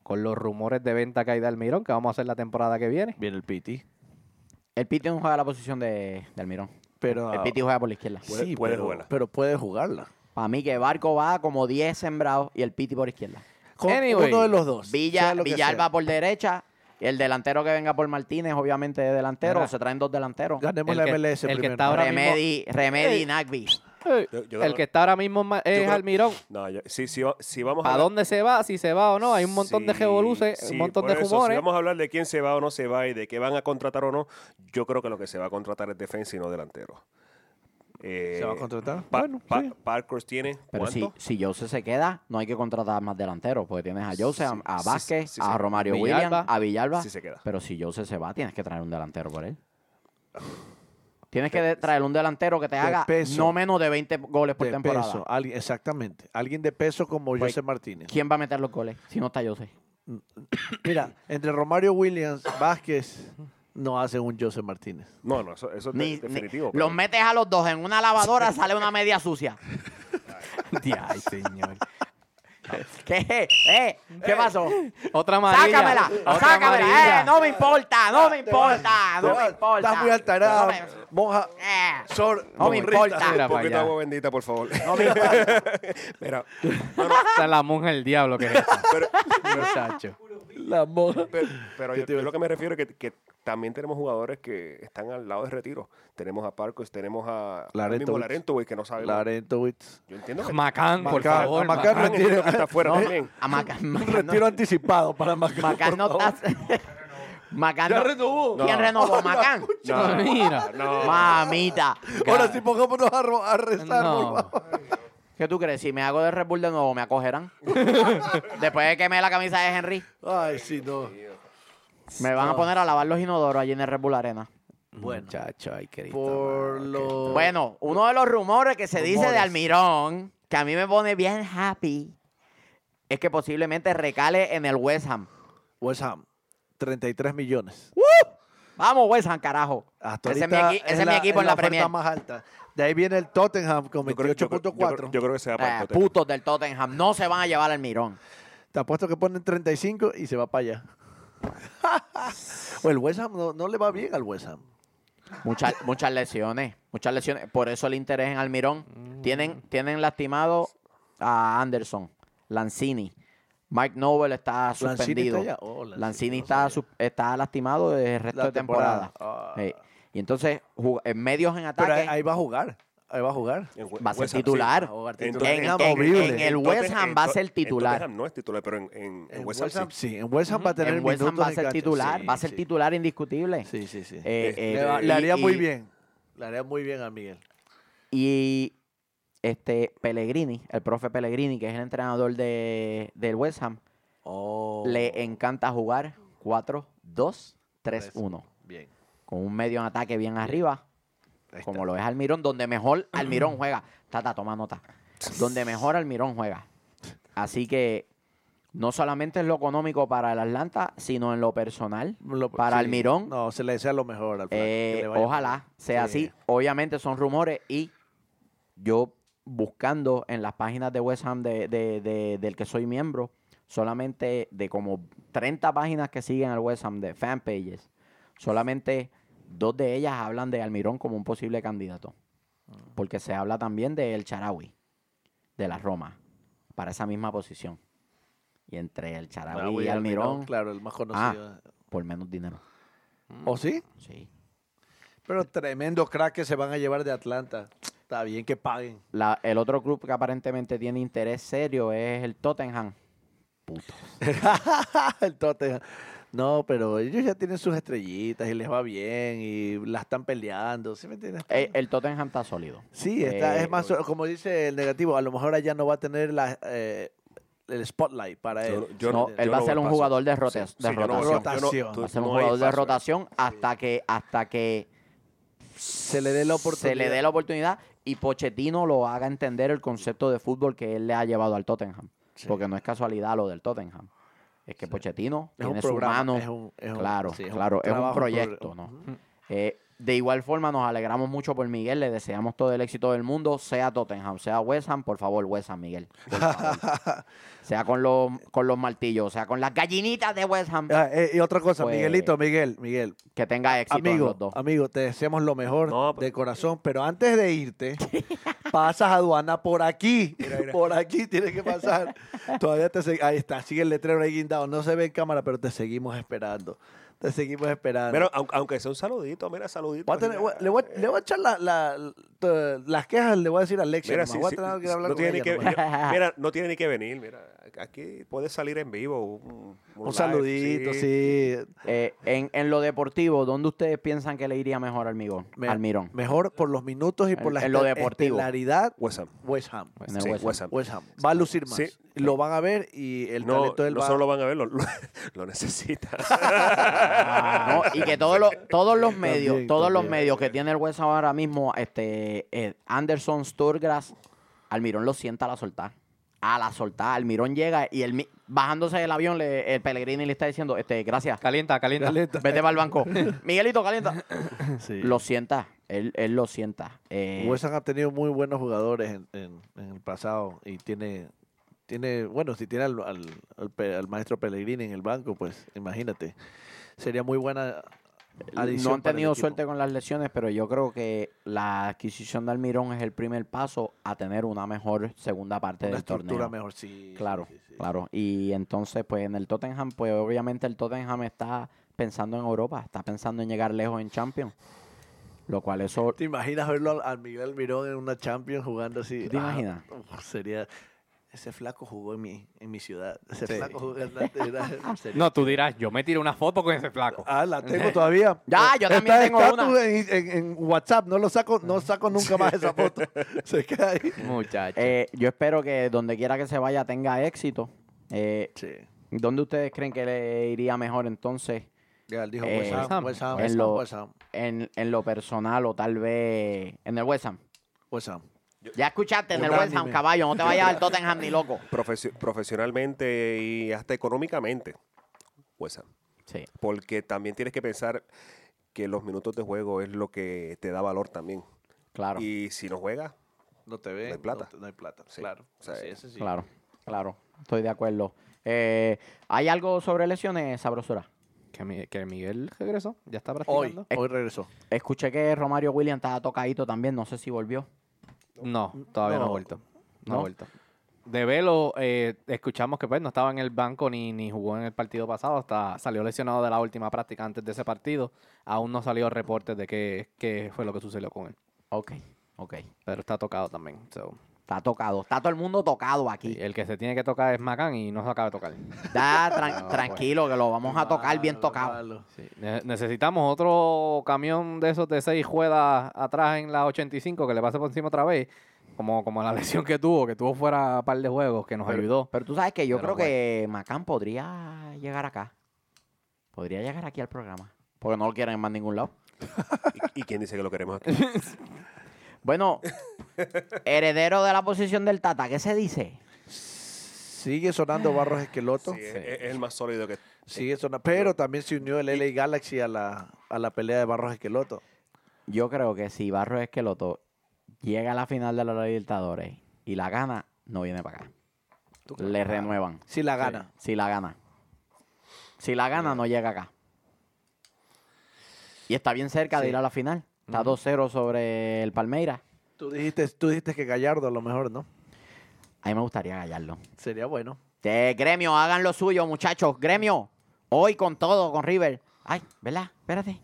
[SPEAKER 2] con los rumores de venta que hay de Almirón, que vamos a hacer la temporada que viene.
[SPEAKER 3] Viene el Piti.
[SPEAKER 1] El Piti no juega la posición de, de Almirón.
[SPEAKER 3] Pero,
[SPEAKER 2] Ah.
[SPEAKER 1] El Piti juega por la izquierda.
[SPEAKER 4] Puede-
[SPEAKER 3] sí,
[SPEAKER 4] puede
[SPEAKER 3] pero,
[SPEAKER 4] jugarla.
[SPEAKER 3] pero puede jugarla.
[SPEAKER 1] Para mí que Barco va como 10 sembrados y el Piti por izquierda.
[SPEAKER 3] Con
[SPEAKER 2] Anyway,
[SPEAKER 3] uno de los dos.
[SPEAKER 1] Villa,
[SPEAKER 3] sea Pues, lo que
[SPEAKER 1] Villalba
[SPEAKER 3] sea.
[SPEAKER 1] por derecha. Y el delantero que venga por Martínez, obviamente es delantero.
[SPEAKER 2] Mira.
[SPEAKER 1] Se traen dos delanteros.
[SPEAKER 3] Ganemos
[SPEAKER 2] El
[SPEAKER 3] la
[SPEAKER 2] que-
[SPEAKER 3] MLS
[SPEAKER 2] el que
[SPEAKER 3] primero.
[SPEAKER 2] está ahora- mismo-
[SPEAKER 1] Remedy, Remedy y Nagby.
[SPEAKER 2] Eh,
[SPEAKER 4] Yo- yo
[SPEAKER 2] el
[SPEAKER 4] creo-
[SPEAKER 2] que está ahora mismo ma- es
[SPEAKER 4] creo-
[SPEAKER 2] Almirón.
[SPEAKER 4] No, yo- si, si, va- si vamos
[SPEAKER 2] ¿Para
[SPEAKER 4] hablar-
[SPEAKER 2] dónde se va? Si se va o no. Hay un montón de
[SPEAKER 4] Sí,
[SPEAKER 2] revoluces,
[SPEAKER 4] sí,
[SPEAKER 2] un montón
[SPEAKER 4] por
[SPEAKER 2] de
[SPEAKER 4] eso,
[SPEAKER 2] rumores.
[SPEAKER 4] Si vamos a hablar de quién se va o no se va y de qué van a contratar o no, yo creo que lo que se va a contratar es defensa y no delantero. Eh,
[SPEAKER 3] ¿Se va a contratar?
[SPEAKER 4] Pa-
[SPEAKER 3] Bueno,
[SPEAKER 4] Pa-
[SPEAKER 3] sí.
[SPEAKER 4] Parkhurst tiene
[SPEAKER 1] Pero
[SPEAKER 4] ¿cuánto?
[SPEAKER 1] si, si Jose se queda, no hay que contratar más delanteros. Porque tienes a Jose, a-
[SPEAKER 4] Sí,
[SPEAKER 1] a,
[SPEAKER 4] sí,
[SPEAKER 1] Vázquez,
[SPEAKER 4] sí, sí.
[SPEAKER 1] a Romario
[SPEAKER 2] Villalba.
[SPEAKER 1] Williams, a Villalba.
[SPEAKER 4] Sí se queda.
[SPEAKER 1] Pero si Jose se va, tienes que traer un delantero por él. Tienes que de- traer un delantero que te
[SPEAKER 3] De
[SPEAKER 1] haga
[SPEAKER 3] peso.
[SPEAKER 1] no menos de 20 goles por
[SPEAKER 3] de
[SPEAKER 1] temporada.
[SPEAKER 3] peso. alguien- exactamente. Alguien de peso como José Martínez.
[SPEAKER 1] ¿Quién va a meter los goles si no está Jose?
[SPEAKER 3] Mira, entre Romario Williams, Vázquez, no hacen un José Martínez.
[SPEAKER 4] No, no, eso, eso es de-
[SPEAKER 1] Ni- ni-
[SPEAKER 4] definitivo. pero-
[SPEAKER 1] los metes a los dos en una lavadora, sale una media sucia.
[SPEAKER 2] Ay, señor.
[SPEAKER 1] ¿Qué? ¿Eh? ¿Qué pasó?
[SPEAKER 2] Otra amarilla.
[SPEAKER 1] Sácamela,
[SPEAKER 2] Otra
[SPEAKER 1] sácamela.
[SPEAKER 2] amarilla.
[SPEAKER 1] Eh, no me importa, no me importa, no me
[SPEAKER 3] Estás-
[SPEAKER 1] importa.
[SPEAKER 3] Estás muy
[SPEAKER 1] No
[SPEAKER 3] alterado.
[SPEAKER 1] me-
[SPEAKER 3] Monja.
[SPEAKER 1] eh.
[SPEAKER 3] Sor,
[SPEAKER 1] No me
[SPEAKER 3] morrita.
[SPEAKER 1] importa.
[SPEAKER 2] Mira
[SPEAKER 4] Un
[SPEAKER 2] para
[SPEAKER 4] poquito de
[SPEAKER 2] allá.
[SPEAKER 4] agua bendita, por favor. Mira,
[SPEAKER 2] Esta es la monja del diablo que es esta,
[SPEAKER 4] pero,
[SPEAKER 2] muchacho.
[SPEAKER 3] La monja.
[SPEAKER 4] Pero, pero
[SPEAKER 3] Yo
[SPEAKER 4] yo,
[SPEAKER 3] te iba
[SPEAKER 4] yo
[SPEAKER 3] a-
[SPEAKER 4] lo que me refiero es que, que también tenemos jugadores que están al lado de retiro. Tenemos a Parcos, tenemos a ahora
[SPEAKER 3] Larento,
[SPEAKER 4] mismo
[SPEAKER 3] Witz.
[SPEAKER 4] Larento, güey, que no sabe.
[SPEAKER 3] Larentowitz.
[SPEAKER 4] Yo entiendo que
[SPEAKER 2] Macán, por
[SPEAKER 3] Macán,
[SPEAKER 2] favor.
[SPEAKER 3] Macán,
[SPEAKER 2] Macán.
[SPEAKER 4] Macán
[SPEAKER 3] retiro.
[SPEAKER 4] está- está afuera
[SPEAKER 1] No,
[SPEAKER 4] también.
[SPEAKER 1] a Maca- Maca-
[SPEAKER 3] Retiro
[SPEAKER 1] no-
[SPEAKER 3] anticipado para Macán.
[SPEAKER 1] Macán
[SPEAKER 3] por
[SPEAKER 1] no
[SPEAKER 3] favor.
[SPEAKER 1] está. Macán
[SPEAKER 3] Ya
[SPEAKER 1] no-
[SPEAKER 3] renovó.
[SPEAKER 1] ¿Quién
[SPEAKER 4] No.
[SPEAKER 1] renovó? Macán.
[SPEAKER 4] No,
[SPEAKER 2] Mira.
[SPEAKER 4] no.
[SPEAKER 1] Mamita.
[SPEAKER 3] Ahora sí pongámonos a, ro- a rezar. por
[SPEAKER 2] No.
[SPEAKER 3] favor.
[SPEAKER 1] ¿Qué tú crees? Si me hago de Red Bull de nuevo, me acogerán. Después de que me dé la camisa de Henry,
[SPEAKER 3] Ay, sí, no.
[SPEAKER 1] me van a poner a lavar los inodoros allí en el Red Bull Arena.
[SPEAKER 2] Bueno. Muchacho, ay, querido.
[SPEAKER 3] Por lo.
[SPEAKER 1] Bueno, uno de los rumores que se dice de
[SPEAKER 3] Rumores.
[SPEAKER 1] Almirón, que a mí me pone bien happy, es que posiblemente recale en el West Ham.
[SPEAKER 3] West Ham, 33 millones.
[SPEAKER 1] Vamos, West Ham, carajo.
[SPEAKER 3] Hasta
[SPEAKER 1] Uh, ese es mi,
[SPEAKER 3] ahorita
[SPEAKER 1] equi- ese es mi equipo
[SPEAKER 3] es
[SPEAKER 1] en la,
[SPEAKER 3] oferta
[SPEAKER 1] Premier.
[SPEAKER 3] más alta. De ahí viene el Tottenham con
[SPEAKER 4] Yo creo, yo creo- yo creo-
[SPEAKER 3] 28.4.
[SPEAKER 4] yo creo que se
[SPEAKER 3] pues,
[SPEAKER 4] va
[SPEAKER 1] Eh,
[SPEAKER 4] para
[SPEAKER 1] putos del Tottenham. No se van a llevar al Mirón.
[SPEAKER 3] Te apuesto que ponen 35 y se va para allá. o el West Ham no, no le va bien al West Ham.
[SPEAKER 1] Muchas, muchas lesiones, muchas lesiones. Por eso el interés en Almirón.
[SPEAKER 3] Mm.
[SPEAKER 1] Tienen, tienen lastimado a Anderson, Lanzini. Mike Noble está
[SPEAKER 3] ¿Lanzini está
[SPEAKER 1] suspendido.
[SPEAKER 3] ya? Oh, Lanzini,
[SPEAKER 1] Lanzini
[SPEAKER 3] no
[SPEAKER 1] está,
[SPEAKER 3] sabía.
[SPEAKER 1] sus- está lastimado el resto
[SPEAKER 3] La
[SPEAKER 1] de temporada.
[SPEAKER 3] temporada. Ah.
[SPEAKER 1] Sí. Y entonces, ju- en medios en ataque,
[SPEAKER 3] Pero ahí, ahí va a jugar. Ahí va a jugar.
[SPEAKER 4] En West-
[SPEAKER 1] va a ser
[SPEAKER 4] West Ham, sí.
[SPEAKER 1] titular.
[SPEAKER 3] va a jugar
[SPEAKER 4] En-
[SPEAKER 3] titular.
[SPEAKER 4] en-
[SPEAKER 1] En-
[SPEAKER 3] Inamovible.
[SPEAKER 1] en- en el
[SPEAKER 4] en
[SPEAKER 1] West
[SPEAKER 4] Totten-
[SPEAKER 1] Ham
[SPEAKER 4] en
[SPEAKER 1] va a
[SPEAKER 4] To-
[SPEAKER 1] ser
[SPEAKER 4] en
[SPEAKER 1] titular.
[SPEAKER 4] Tottenham no es titular, pero en, en, en
[SPEAKER 3] En
[SPEAKER 4] West Ham sí.
[SPEAKER 3] sí. En West Ham va a tener
[SPEAKER 1] en West Ham
[SPEAKER 3] minutos
[SPEAKER 1] va a
[SPEAKER 3] en
[SPEAKER 1] ser
[SPEAKER 3] cancha.
[SPEAKER 1] titular,
[SPEAKER 3] Sí,
[SPEAKER 1] va a ser
[SPEAKER 3] sí.
[SPEAKER 1] titular indiscutible.
[SPEAKER 3] Sí, sí, sí.
[SPEAKER 1] Eh,
[SPEAKER 4] Este,
[SPEAKER 1] eh,
[SPEAKER 3] le, va- le
[SPEAKER 1] y-
[SPEAKER 3] haría muy
[SPEAKER 1] y-
[SPEAKER 3] bien. Le haría muy bien a Miguel.
[SPEAKER 1] Y este Pellegrini, el profe Pellegrini, que es el entrenador de, del West Ham,
[SPEAKER 3] Oh.
[SPEAKER 1] le encanta jugar 4-2-3-1.
[SPEAKER 3] Bien.
[SPEAKER 1] Con un medio en ataque bien arriba, como lo es Almirón, donde mejor Almirón juega. Tata, toma nota. Donde mejor Almirón juega. Así que no solamente es lo económico para el Atlanta, sino en lo personal.
[SPEAKER 3] Lo-
[SPEAKER 1] Para
[SPEAKER 3] sí.
[SPEAKER 1] Almirón,
[SPEAKER 3] No, se le desea lo mejor al Flaco, que
[SPEAKER 1] Eh,
[SPEAKER 3] le vaya
[SPEAKER 1] ojalá sea
[SPEAKER 3] Sí.
[SPEAKER 1] así. Obviamente son rumores y yo buscando en las páginas de West Ham de, de- de- del que soy miembro, solamente de como 30 páginas que siguen al West Ham de fan pages, solamente dos de ellas hablan de Almirón como un posible candidato. Porque se habla también de El Charawi, de la Roma, para esa misma posición. Y entre El
[SPEAKER 3] bien.
[SPEAKER 1] Charawi
[SPEAKER 3] Bravo
[SPEAKER 1] y Almirón,
[SPEAKER 3] Ah, claro, el más conocido.
[SPEAKER 1] por menos dinero.
[SPEAKER 3] ¿O Ah, ¿oh, sí?
[SPEAKER 1] Sí.
[SPEAKER 3] Pero tremendo crack que se van a llevar de Atlanta. Está bien que paguen.
[SPEAKER 1] La- el otro club que aparentemente tiene interés serio es el Tottenham. Puto.
[SPEAKER 3] el Tottenham. No, pero ellos ya tienen sus estrellitas y les va bien y la están peleando. ¿Sí me entiendes?
[SPEAKER 1] El, Eh, el Tottenham está sólido.
[SPEAKER 3] Sí, está,
[SPEAKER 1] Eh,
[SPEAKER 3] es más, como dice el negativo, a lo mejor allá no va a tener la, eh, el spotlight para Eh, él.
[SPEAKER 4] Yo- yo
[SPEAKER 1] No, él va a
[SPEAKER 4] no
[SPEAKER 1] ser
[SPEAKER 4] voy
[SPEAKER 1] un
[SPEAKER 4] paso.
[SPEAKER 1] jugador de, rote-
[SPEAKER 4] Sí,
[SPEAKER 1] de
[SPEAKER 4] sí, yo no voy-
[SPEAKER 1] rotación.
[SPEAKER 4] yo no-
[SPEAKER 3] Rotación.
[SPEAKER 4] tú-
[SPEAKER 1] va a ser un
[SPEAKER 4] no hay
[SPEAKER 1] jugador de
[SPEAKER 4] paso.
[SPEAKER 1] rotación hasta que hasta que
[SPEAKER 3] se le dé la oportunidad.
[SPEAKER 1] se le dé la oportunidad y Pochettino lo haga entender el concepto de fútbol que él le ha llevado al Tottenham. Porque no es casualidad lo del Tottenham. Es que Pochettino
[SPEAKER 3] Es
[SPEAKER 1] tiene
[SPEAKER 3] un
[SPEAKER 1] su
[SPEAKER 3] programa,
[SPEAKER 1] mano.
[SPEAKER 3] es un- es un-
[SPEAKER 1] claro,
[SPEAKER 3] sí, es un
[SPEAKER 1] claro, es un,
[SPEAKER 3] trabajo, un
[SPEAKER 1] proyecto, ¿no? Eh, de igual forma, nos alegramos mucho por Miguel, le deseamos todo el éxito del mundo, sea Tottenham, sea West Ham, por favor, West Ham, Miguel. por favor. sea con los, con los martillos, sea con las gallinitas de West Ham,
[SPEAKER 3] Ah, eh, y otra cosa,
[SPEAKER 1] Pues-
[SPEAKER 3] Miguelito, Miguel, Miguel,
[SPEAKER 1] que tenga éxito en los
[SPEAKER 3] amigo,
[SPEAKER 1] dos.
[SPEAKER 3] amigo, te deseamos lo mejor
[SPEAKER 4] No, pues. pero-
[SPEAKER 3] de corazón, pero antes de irte, pasas aduana por aquí, por aquí tienes que pasar. Todavía te se- ahí está, sigue el letrero ahí guindado, no se ve en cámara, pero te seguimos esperando, te seguimos esperando.
[SPEAKER 4] Pero aunque, aunque sea un saludito, mira, saludito.
[SPEAKER 3] Voy a tener- voy- le, voy, a- le voy a echar la- la- la- las quejas, le voy a decir a Alexia,
[SPEAKER 4] Mira,
[SPEAKER 3] nomás,
[SPEAKER 4] sí,
[SPEAKER 3] voy a
[SPEAKER 4] sí,
[SPEAKER 3] tener que
[SPEAKER 4] sí,
[SPEAKER 3] hablar
[SPEAKER 4] no
[SPEAKER 3] con
[SPEAKER 4] tiene ni
[SPEAKER 3] ella
[SPEAKER 4] que,
[SPEAKER 3] nomás.
[SPEAKER 4] yo- mira, no tiene ni que venir. Mira, aquí puede salir en vivo. Un, un
[SPEAKER 3] Un
[SPEAKER 4] live,
[SPEAKER 3] saludito, sí.
[SPEAKER 1] Eh, en, en lo deportivo, ¿dónde ustedes piensan que le iría mejor al Migón-
[SPEAKER 3] Me-
[SPEAKER 1] Almirón?
[SPEAKER 3] Mejor por los minutos y por
[SPEAKER 1] En-
[SPEAKER 3] la
[SPEAKER 1] en lo
[SPEAKER 3] estel-
[SPEAKER 1] deportivo.
[SPEAKER 3] estelaridad,
[SPEAKER 4] West Ham.
[SPEAKER 3] West Ham.
[SPEAKER 1] En el
[SPEAKER 4] Sí,
[SPEAKER 1] West Ham.
[SPEAKER 4] West Ham.
[SPEAKER 3] West Ham. Pues, Va a lucir más.
[SPEAKER 4] Sí.
[SPEAKER 3] Lo van a ver y el
[SPEAKER 4] No,
[SPEAKER 3] talento del
[SPEAKER 4] no
[SPEAKER 3] va-
[SPEAKER 4] solo lo van a ver, lo, lo, lo necesita.
[SPEAKER 1] No, y que todos los, todos los medios,
[SPEAKER 3] También,
[SPEAKER 1] todos los
[SPEAKER 3] también.
[SPEAKER 1] medios que tiene el West Ham ahora mismo, este, eh, Anderson, Sturgras, Almirón lo sienta a la soltar. A la soltar. Almirón llega y el, mi- bajándose del avión, le- el Pellegrini le está diciendo, este, gracias,
[SPEAKER 2] Calienta, calienta.
[SPEAKER 3] Talento.
[SPEAKER 1] vete para el banco. Miguelito, calienta.
[SPEAKER 3] Sí.
[SPEAKER 1] Lo sienta. Él, él lo sienta. Eh,
[SPEAKER 3] West Ham ha tenido muy buenos jugadores en, en- en el pasado y tiene, tiene bueno, si tiene al, al- al pe- al maestro Pellegrini en el banco, pues imagínate. Sería muy buena adición
[SPEAKER 1] no han
[SPEAKER 3] para el
[SPEAKER 1] tenido
[SPEAKER 3] equipo.
[SPEAKER 1] suerte con las lesiones, pero yo creo que la adquisición de Almirón es el primer paso a tener una mejor segunda parte
[SPEAKER 3] Una
[SPEAKER 1] del torneo.
[SPEAKER 3] estructura mejor, sí. sí,
[SPEAKER 1] Claro,
[SPEAKER 3] sí, sí.
[SPEAKER 1] claro. Y entonces, pues en el Tottenham, pues obviamente el Tottenham está pensando en Europa, está pensando en llegar lejos en Champions. Lo cual eso...
[SPEAKER 3] ¿Te imaginas verlo al, al Miguel Almirón en una Champions jugando así?
[SPEAKER 1] ¿Tú te
[SPEAKER 3] Ah,
[SPEAKER 1] imaginas?
[SPEAKER 3] uf, sería... Ese flaco jugó en mi, en mi ciudad. Ese
[SPEAKER 2] Sí.
[SPEAKER 3] flaco jugó en la ciudad. Sería-
[SPEAKER 2] No, tú dirás, yo me tiré una foto con ese flaco.
[SPEAKER 3] Ah, la tengo todavía.
[SPEAKER 1] Ya,
[SPEAKER 3] Eh,
[SPEAKER 1] yo también tengo
[SPEAKER 3] estatus
[SPEAKER 1] una.
[SPEAKER 3] En, en- en WhatsApp, no lo saco, no saco nunca más esa foto. Se queda ahí.
[SPEAKER 2] Muchacho.
[SPEAKER 1] Eh, yo espero que donde quiera que se vaya tenga éxito. Eh,
[SPEAKER 3] Sí.
[SPEAKER 1] ¿Dónde ustedes creen que le iría mejor entonces?
[SPEAKER 3] Ya él dijo
[SPEAKER 1] Eh,
[SPEAKER 3] West Ham, West Ham, West
[SPEAKER 1] en,
[SPEAKER 3] Ham,
[SPEAKER 1] lo,
[SPEAKER 3] West Ham,
[SPEAKER 1] en, en lo personal o tal vez en el West Ham.
[SPEAKER 3] West Ham.
[SPEAKER 1] Ya escuchaste, en el
[SPEAKER 3] Unánime.
[SPEAKER 1] West Ham, caballo. No te vayas al Tottenham ni loco.
[SPEAKER 4] Profesio- profesionalmente y hasta económicamente. West Ham.
[SPEAKER 1] Sí.
[SPEAKER 4] Porque también tienes que pensar que los minutos de juego es lo que te da valor también.
[SPEAKER 1] Claro,
[SPEAKER 4] Y si no juegas,
[SPEAKER 3] No te ve.
[SPEAKER 4] No hay plata.
[SPEAKER 3] No, hay plata,
[SPEAKER 4] Sí.
[SPEAKER 3] claro.
[SPEAKER 4] O sea,
[SPEAKER 3] Sí,
[SPEAKER 4] eh,
[SPEAKER 3] ese sí.
[SPEAKER 1] claro, claro. Estoy de acuerdo. Eh, ¿Hay algo sobre lesiones, Sabrosura?
[SPEAKER 2] Que, Mi- que Miguel regresó, ya está
[SPEAKER 3] Hoy,
[SPEAKER 2] practicando.
[SPEAKER 3] hoy regresó.
[SPEAKER 1] Escuché que Romario Williams estaba tocadito también, no sé si volvió.
[SPEAKER 2] No, todavía no, ha
[SPEAKER 3] No.
[SPEAKER 2] vuelto. No, ha
[SPEAKER 1] ¿No?
[SPEAKER 2] vuelto. De Velo, eh, escuchamos que pues no estaba en el banco ni, ni jugó en el partido pasado, hasta salió lesionado de la última práctica antes de ese partido. Aún no salió reportes de qué, qué fue lo que sucedió con él.
[SPEAKER 1] Ok, ok.
[SPEAKER 2] Pero está tocado también. so.
[SPEAKER 1] Está tocado, está todo el mundo tocado aquí.
[SPEAKER 2] El que se tiene que tocar es Macán y no se acaba de tocar.
[SPEAKER 1] Da tran- tranquilo, que lo vamos a tocar bien tocado.
[SPEAKER 3] Malo.
[SPEAKER 2] Ne- Necesitamos otro camión de esos de seis ruedas atrás en la 85 que le pase por encima otra vez. Como, como la lesión que tuvo, que tuvo fuera un par de juegos, que nos ayudó.
[SPEAKER 1] Pero tú sabes que yo
[SPEAKER 2] Pero
[SPEAKER 1] creo que Macán podría llegar acá. Podría llegar aquí al programa. Porque no lo quieren en más ningún lado.
[SPEAKER 4] ¿Y, y quién dice que lo queremos aquí?
[SPEAKER 1] Bueno, heredero de la posición del Tata, ¿qué se dice?
[SPEAKER 3] Sigue sonando Barros Esqueloto.
[SPEAKER 4] Sí, Es, es el más sólido que.
[SPEAKER 3] Sigue sonando. Pero también se unió el LA Galaxy a la, a la pelea de Barros Esqueloto.
[SPEAKER 1] Yo creo que si Barros Esqueloto llega a la final de los Libertadores y la gana, no viene para acá. Le renuevan.
[SPEAKER 3] Si la gana.
[SPEAKER 1] Si la gana. Si la gana, no llega acá. Y está bien cerca de ir a la final. Está 2-0 sobre el Palmeiras.
[SPEAKER 3] Tú, dijiste, tú dijiste que Gallardo a lo mejor, ¿no?
[SPEAKER 1] A mí me gustaría gallarlo.
[SPEAKER 3] Sería bueno.
[SPEAKER 1] Eh, gremio, hagan lo suyo, muchachos. Gremio, hoy con todo, con River. Ay, ¿verdad? Espérate.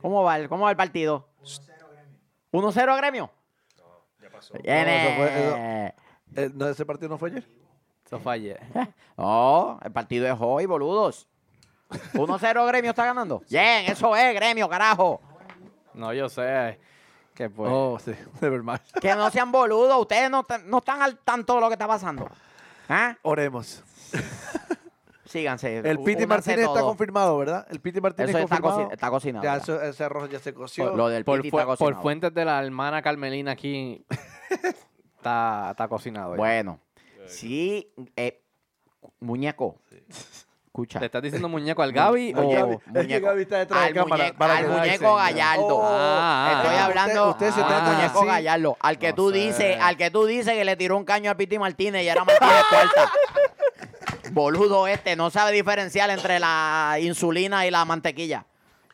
[SPEAKER 1] ¿Cómo va el, cómo va el partido? 1-0 gremio. 1-0 gremio.
[SPEAKER 3] No, eso fue-
[SPEAKER 1] Viene.
[SPEAKER 3] Eh, ¿no, ¿Ese partido no fue ayer?
[SPEAKER 2] Eso fue ayer.
[SPEAKER 1] Oh, el partido es hoy, boludos. 1-0 gremio está ganando. Bien, eso es gremio, carajo.
[SPEAKER 2] No, yo sé que pues...
[SPEAKER 3] Oh, sí. Nevermind.
[SPEAKER 1] Que no sean boludos, ustedes no, están- no están al tanto de lo que está pasando. ¿Ah?
[SPEAKER 3] Oremos.
[SPEAKER 1] Síganse.
[SPEAKER 3] El
[SPEAKER 1] u-
[SPEAKER 3] Piti
[SPEAKER 1] únanse
[SPEAKER 3] Martínez está
[SPEAKER 1] todos.
[SPEAKER 3] confirmado, ¿verdad? El Piti Martínez
[SPEAKER 1] Eso está,
[SPEAKER 3] confirmado.
[SPEAKER 1] coci- está cocinado.
[SPEAKER 3] Ya,
[SPEAKER 1] ya. Oh,
[SPEAKER 3] eso- ese arroz ya se coció.
[SPEAKER 1] lo del
[SPEAKER 2] por,
[SPEAKER 1] Piti
[SPEAKER 2] fue-
[SPEAKER 1] está
[SPEAKER 2] por
[SPEAKER 1] cocinado.
[SPEAKER 2] fuentes de la hermana Carmelina aquí está, está cocinado. ya.
[SPEAKER 1] Bueno, sí, eh, muñeco, escucha.
[SPEAKER 2] ¿Le estás diciendo muñeco al Gaby
[SPEAKER 1] Muñe-
[SPEAKER 2] o...?
[SPEAKER 1] muñeco.
[SPEAKER 3] Es que Gaby está detrás
[SPEAKER 1] Al
[SPEAKER 3] de cámara.
[SPEAKER 1] muñeco,
[SPEAKER 3] para
[SPEAKER 1] al
[SPEAKER 3] que-
[SPEAKER 1] muñeco
[SPEAKER 3] Ay, señor.
[SPEAKER 1] Gallardo. Oh,
[SPEAKER 2] Ah,
[SPEAKER 1] Estoy
[SPEAKER 2] ah,
[SPEAKER 1] hablando
[SPEAKER 3] usted- usted
[SPEAKER 2] se
[SPEAKER 1] al
[SPEAKER 2] trata
[SPEAKER 1] muñeco
[SPEAKER 3] así.
[SPEAKER 1] Gallardo, al que
[SPEAKER 2] No
[SPEAKER 1] tú
[SPEAKER 2] sé.
[SPEAKER 1] dices, al que tú dices que le tiró un caño a Piti Martínez y era Martínez Cuarta. Boludo este, no sabe diferenciar entre la insulina y la mantequilla.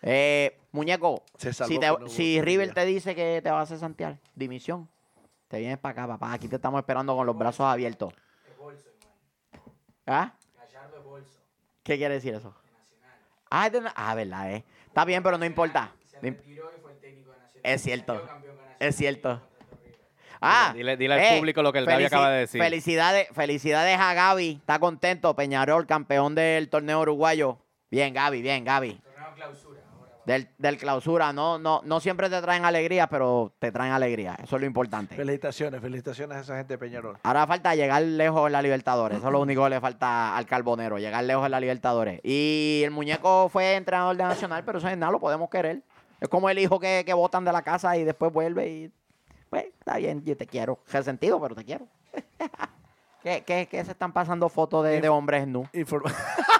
[SPEAKER 1] Eh, muñeco,
[SPEAKER 3] Se salvó
[SPEAKER 1] si, te-
[SPEAKER 3] que no hubo
[SPEAKER 1] si River
[SPEAKER 3] mantequilla.
[SPEAKER 1] te dice que te vas a santiar, dimisión. Te vienes para acá, papá. Aquí te estamos esperando con los brazos abiertos. ¿Ah? ¿Qué quiere decir eso? Ah, es de Na- ah, verdad, eh. Está bien, pero no importa.
[SPEAKER 5] Se
[SPEAKER 1] No imp-
[SPEAKER 5] retiró y fue el técnico de Nacional.
[SPEAKER 1] Es cierto.
[SPEAKER 5] Salió campeón con Nacional.
[SPEAKER 1] Es cierto. Ah,
[SPEAKER 2] Dile- dile al público lo que el Gaby
[SPEAKER 1] Gaby
[SPEAKER 2] acaba de decir.
[SPEAKER 1] Felicidades, felicidades a Gaby. Está contento. Peñarol, campeón del torneo uruguayo. Bien, Gaby, bien, Gaby.
[SPEAKER 5] Torneo clausura. Ahora va.
[SPEAKER 1] Del, del clausura. No, no, no siempre te traen alegría, pero te traen alegría. Eso es lo importante.
[SPEAKER 3] Felicitaciones, felicitaciones a esa gente de Peñarol.
[SPEAKER 1] Ahora falta llegar lejos en la Libertadores. Eso es lo único que le falta al Carbonero, llegar lejos en la Libertadores. Y el muñeco fue entrenador de Nacional, pero eso es nada, lo podemos querer. Es como el hijo que, que botan de la casa y después vuelve y. Pues está bien, yo te quiero. Resentido, pero te quiero. ¿Qué, qué, qué se están pasando fotos de, de hombres nu?
[SPEAKER 3] Inform-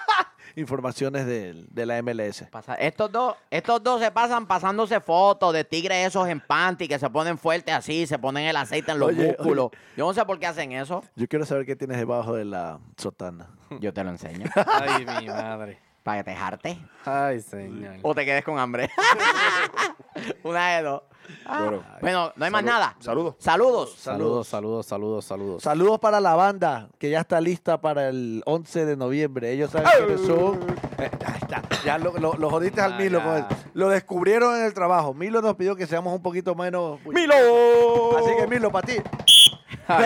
[SPEAKER 3] Informaciones del- de, la MLS.
[SPEAKER 1] Pasa- estos, dos, estos dos se pasan pasándose fotos de tigres esos en panty que se ponen fuertes así, se ponen el aceite en los
[SPEAKER 3] Oye, oye.
[SPEAKER 1] músculos. Yo no sé por qué hacen eso.
[SPEAKER 3] Yo quiero saber qué tienes debajo de la sotana.
[SPEAKER 1] Yo te lo enseño.
[SPEAKER 2] Ay, mi madre.
[SPEAKER 1] para que te jarte.
[SPEAKER 2] Ay, señor.
[SPEAKER 1] O te quedes con hambre. Una de dos. Ah,
[SPEAKER 4] Bueno.
[SPEAKER 1] bueno, no hay más nada.
[SPEAKER 4] saludos.
[SPEAKER 1] Saludos.
[SPEAKER 2] Saludos, saludos, saludos, saludos.
[SPEAKER 3] Saludos para la banda que ya está lista para el 11 de noviembre. Ellos saben quiénes son. Eh, ya está. Ya lo, lo- lo jodiste al
[SPEAKER 2] Ah,
[SPEAKER 3] Milo.
[SPEAKER 2] ya.
[SPEAKER 3] con eso. Lo descubrieron en el trabajo. Milo nos pidió que seamos un poquito menos.
[SPEAKER 1] ¡Milo!
[SPEAKER 3] Así que Milo, para ti.
[SPEAKER 2] Ay,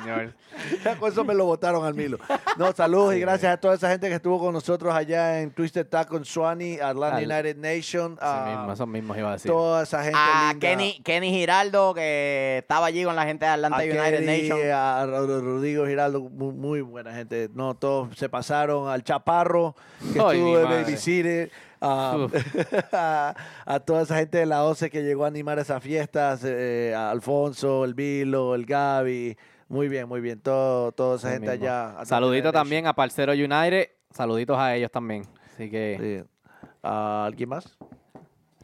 [SPEAKER 2] señor.
[SPEAKER 3] Ya con eso me lo votaron al Milo. No, saludos y gracias a toda esa gente que estuvo con nosotros allá en Twisted Taco en Swanee, Atlanta
[SPEAKER 2] Al-
[SPEAKER 3] United Nation.
[SPEAKER 2] Eso
[SPEAKER 3] a
[SPEAKER 2] mismo, eso Ah, mismo iba a decir.
[SPEAKER 3] Ah, toda esa gente.
[SPEAKER 1] A
[SPEAKER 3] linda.
[SPEAKER 1] Kenny, Kenny Giraldo, que estaba allí con la gente de Atlanta
[SPEAKER 3] A
[SPEAKER 1] United
[SPEAKER 3] Kenny,
[SPEAKER 1] Nation.
[SPEAKER 3] a Ro- Ro- Rodrigo Giraldo, muy, muy buena gente. No, todos se pasaron al Chaparro, que
[SPEAKER 2] Ay, mi
[SPEAKER 3] estuvo de
[SPEAKER 2] madre.
[SPEAKER 3] babysitter, a, a, a toda esa gente de la OCE que llegó a animar esas fiestas, eh, a Alfonso, el Vilo, el Gaby. Muy bien, muy bien. Todo, toda esa
[SPEAKER 2] Eso
[SPEAKER 3] gente
[SPEAKER 2] mismo.
[SPEAKER 3] allá. Atlanta
[SPEAKER 2] Saludito
[SPEAKER 3] United
[SPEAKER 2] también a Parcero United. Saluditos a ellos también. Así
[SPEAKER 3] Nation.
[SPEAKER 2] que.
[SPEAKER 3] Sí. Ah, ¿Alguien más?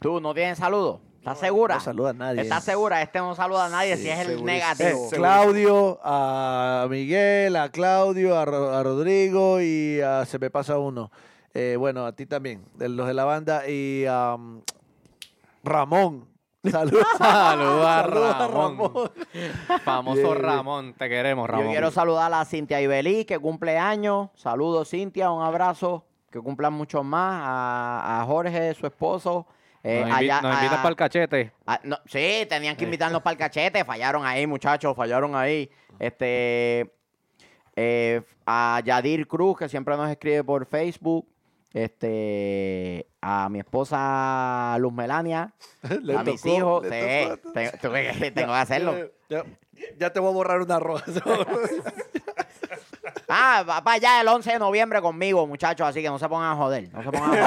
[SPEAKER 1] Tú no tienes saludos. ¿Estás segura?
[SPEAKER 3] No saluda a nadie.
[SPEAKER 1] ¿Estás segura? Este no saluda a nadie si es el negativo.
[SPEAKER 3] Eh, Claudio, a Miguel, a Claudio, a, Ro- a Rodrigo y a- se me ah, pasa uno. Eh, bueno, a ti también, de los de la banda y am, Ramón. Saludos.
[SPEAKER 2] Saludos a
[SPEAKER 3] Saludos a
[SPEAKER 2] Ramón.
[SPEAKER 3] Ramón.
[SPEAKER 2] Famoso Ramón, te queremos, Ramón.
[SPEAKER 1] Yo quiero saludar a Cintia Ibelí, que cumple años. Saludos, Cintia, un abrazo. Que cumplan muchos más. A, a Jorge, su esposo. Eh,
[SPEAKER 2] nos, invi-
[SPEAKER 1] allá-
[SPEAKER 2] nos invitas
[SPEAKER 1] a-
[SPEAKER 2] para el cachete.
[SPEAKER 1] Ah, no, sí, tenían que
[SPEAKER 3] Eh.
[SPEAKER 1] invitarnos para el cachete. Fallaron ahí, muchachos, fallaron ahí. Este. eh, a Yadir Cruz, que siempre nos escribe por Facebook. Este. A mi esposa Luz Melania.
[SPEAKER 3] Le
[SPEAKER 1] a mis
[SPEAKER 3] tocó,
[SPEAKER 1] hijos.
[SPEAKER 3] le
[SPEAKER 1] sí,
[SPEAKER 3] tocó.
[SPEAKER 1] te- tuve que- tengo que hacerlo.
[SPEAKER 3] Ya, eh. ya te voy a borrar una roja.
[SPEAKER 1] Ah, va para allá el 11 de noviembre conmigo, muchachos. Así que no se pongan a joder. No se pongan a joder.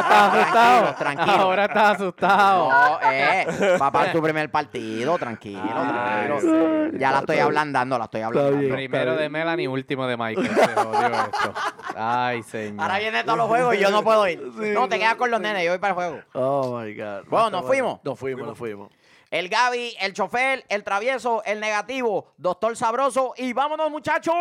[SPEAKER 2] estás asustado.
[SPEAKER 1] Tranquilos, tranquilos.
[SPEAKER 2] Ahora estás asustado.
[SPEAKER 1] No, eh, va para tu primer partido, tranquilo,
[SPEAKER 2] Ay,
[SPEAKER 1] tranquilo. Ya la estoy ablandando, la estoy
[SPEAKER 3] bien.
[SPEAKER 1] ablandando.
[SPEAKER 2] Primero de Melanie, último de Michael. Se jodió esto. Ay, señor.
[SPEAKER 1] Ahora viene todos los juegos y yo no puedo ir. No, te quedas con los nenes, yo voy para el juego.
[SPEAKER 3] Oh my God.
[SPEAKER 1] Bueno, nos fuimos.
[SPEAKER 3] Nos fuimos, nos fuimos.
[SPEAKER 1] El Gaby, el chofer, el travieso, el negativo, doctor sabroso y vámonos muchachos.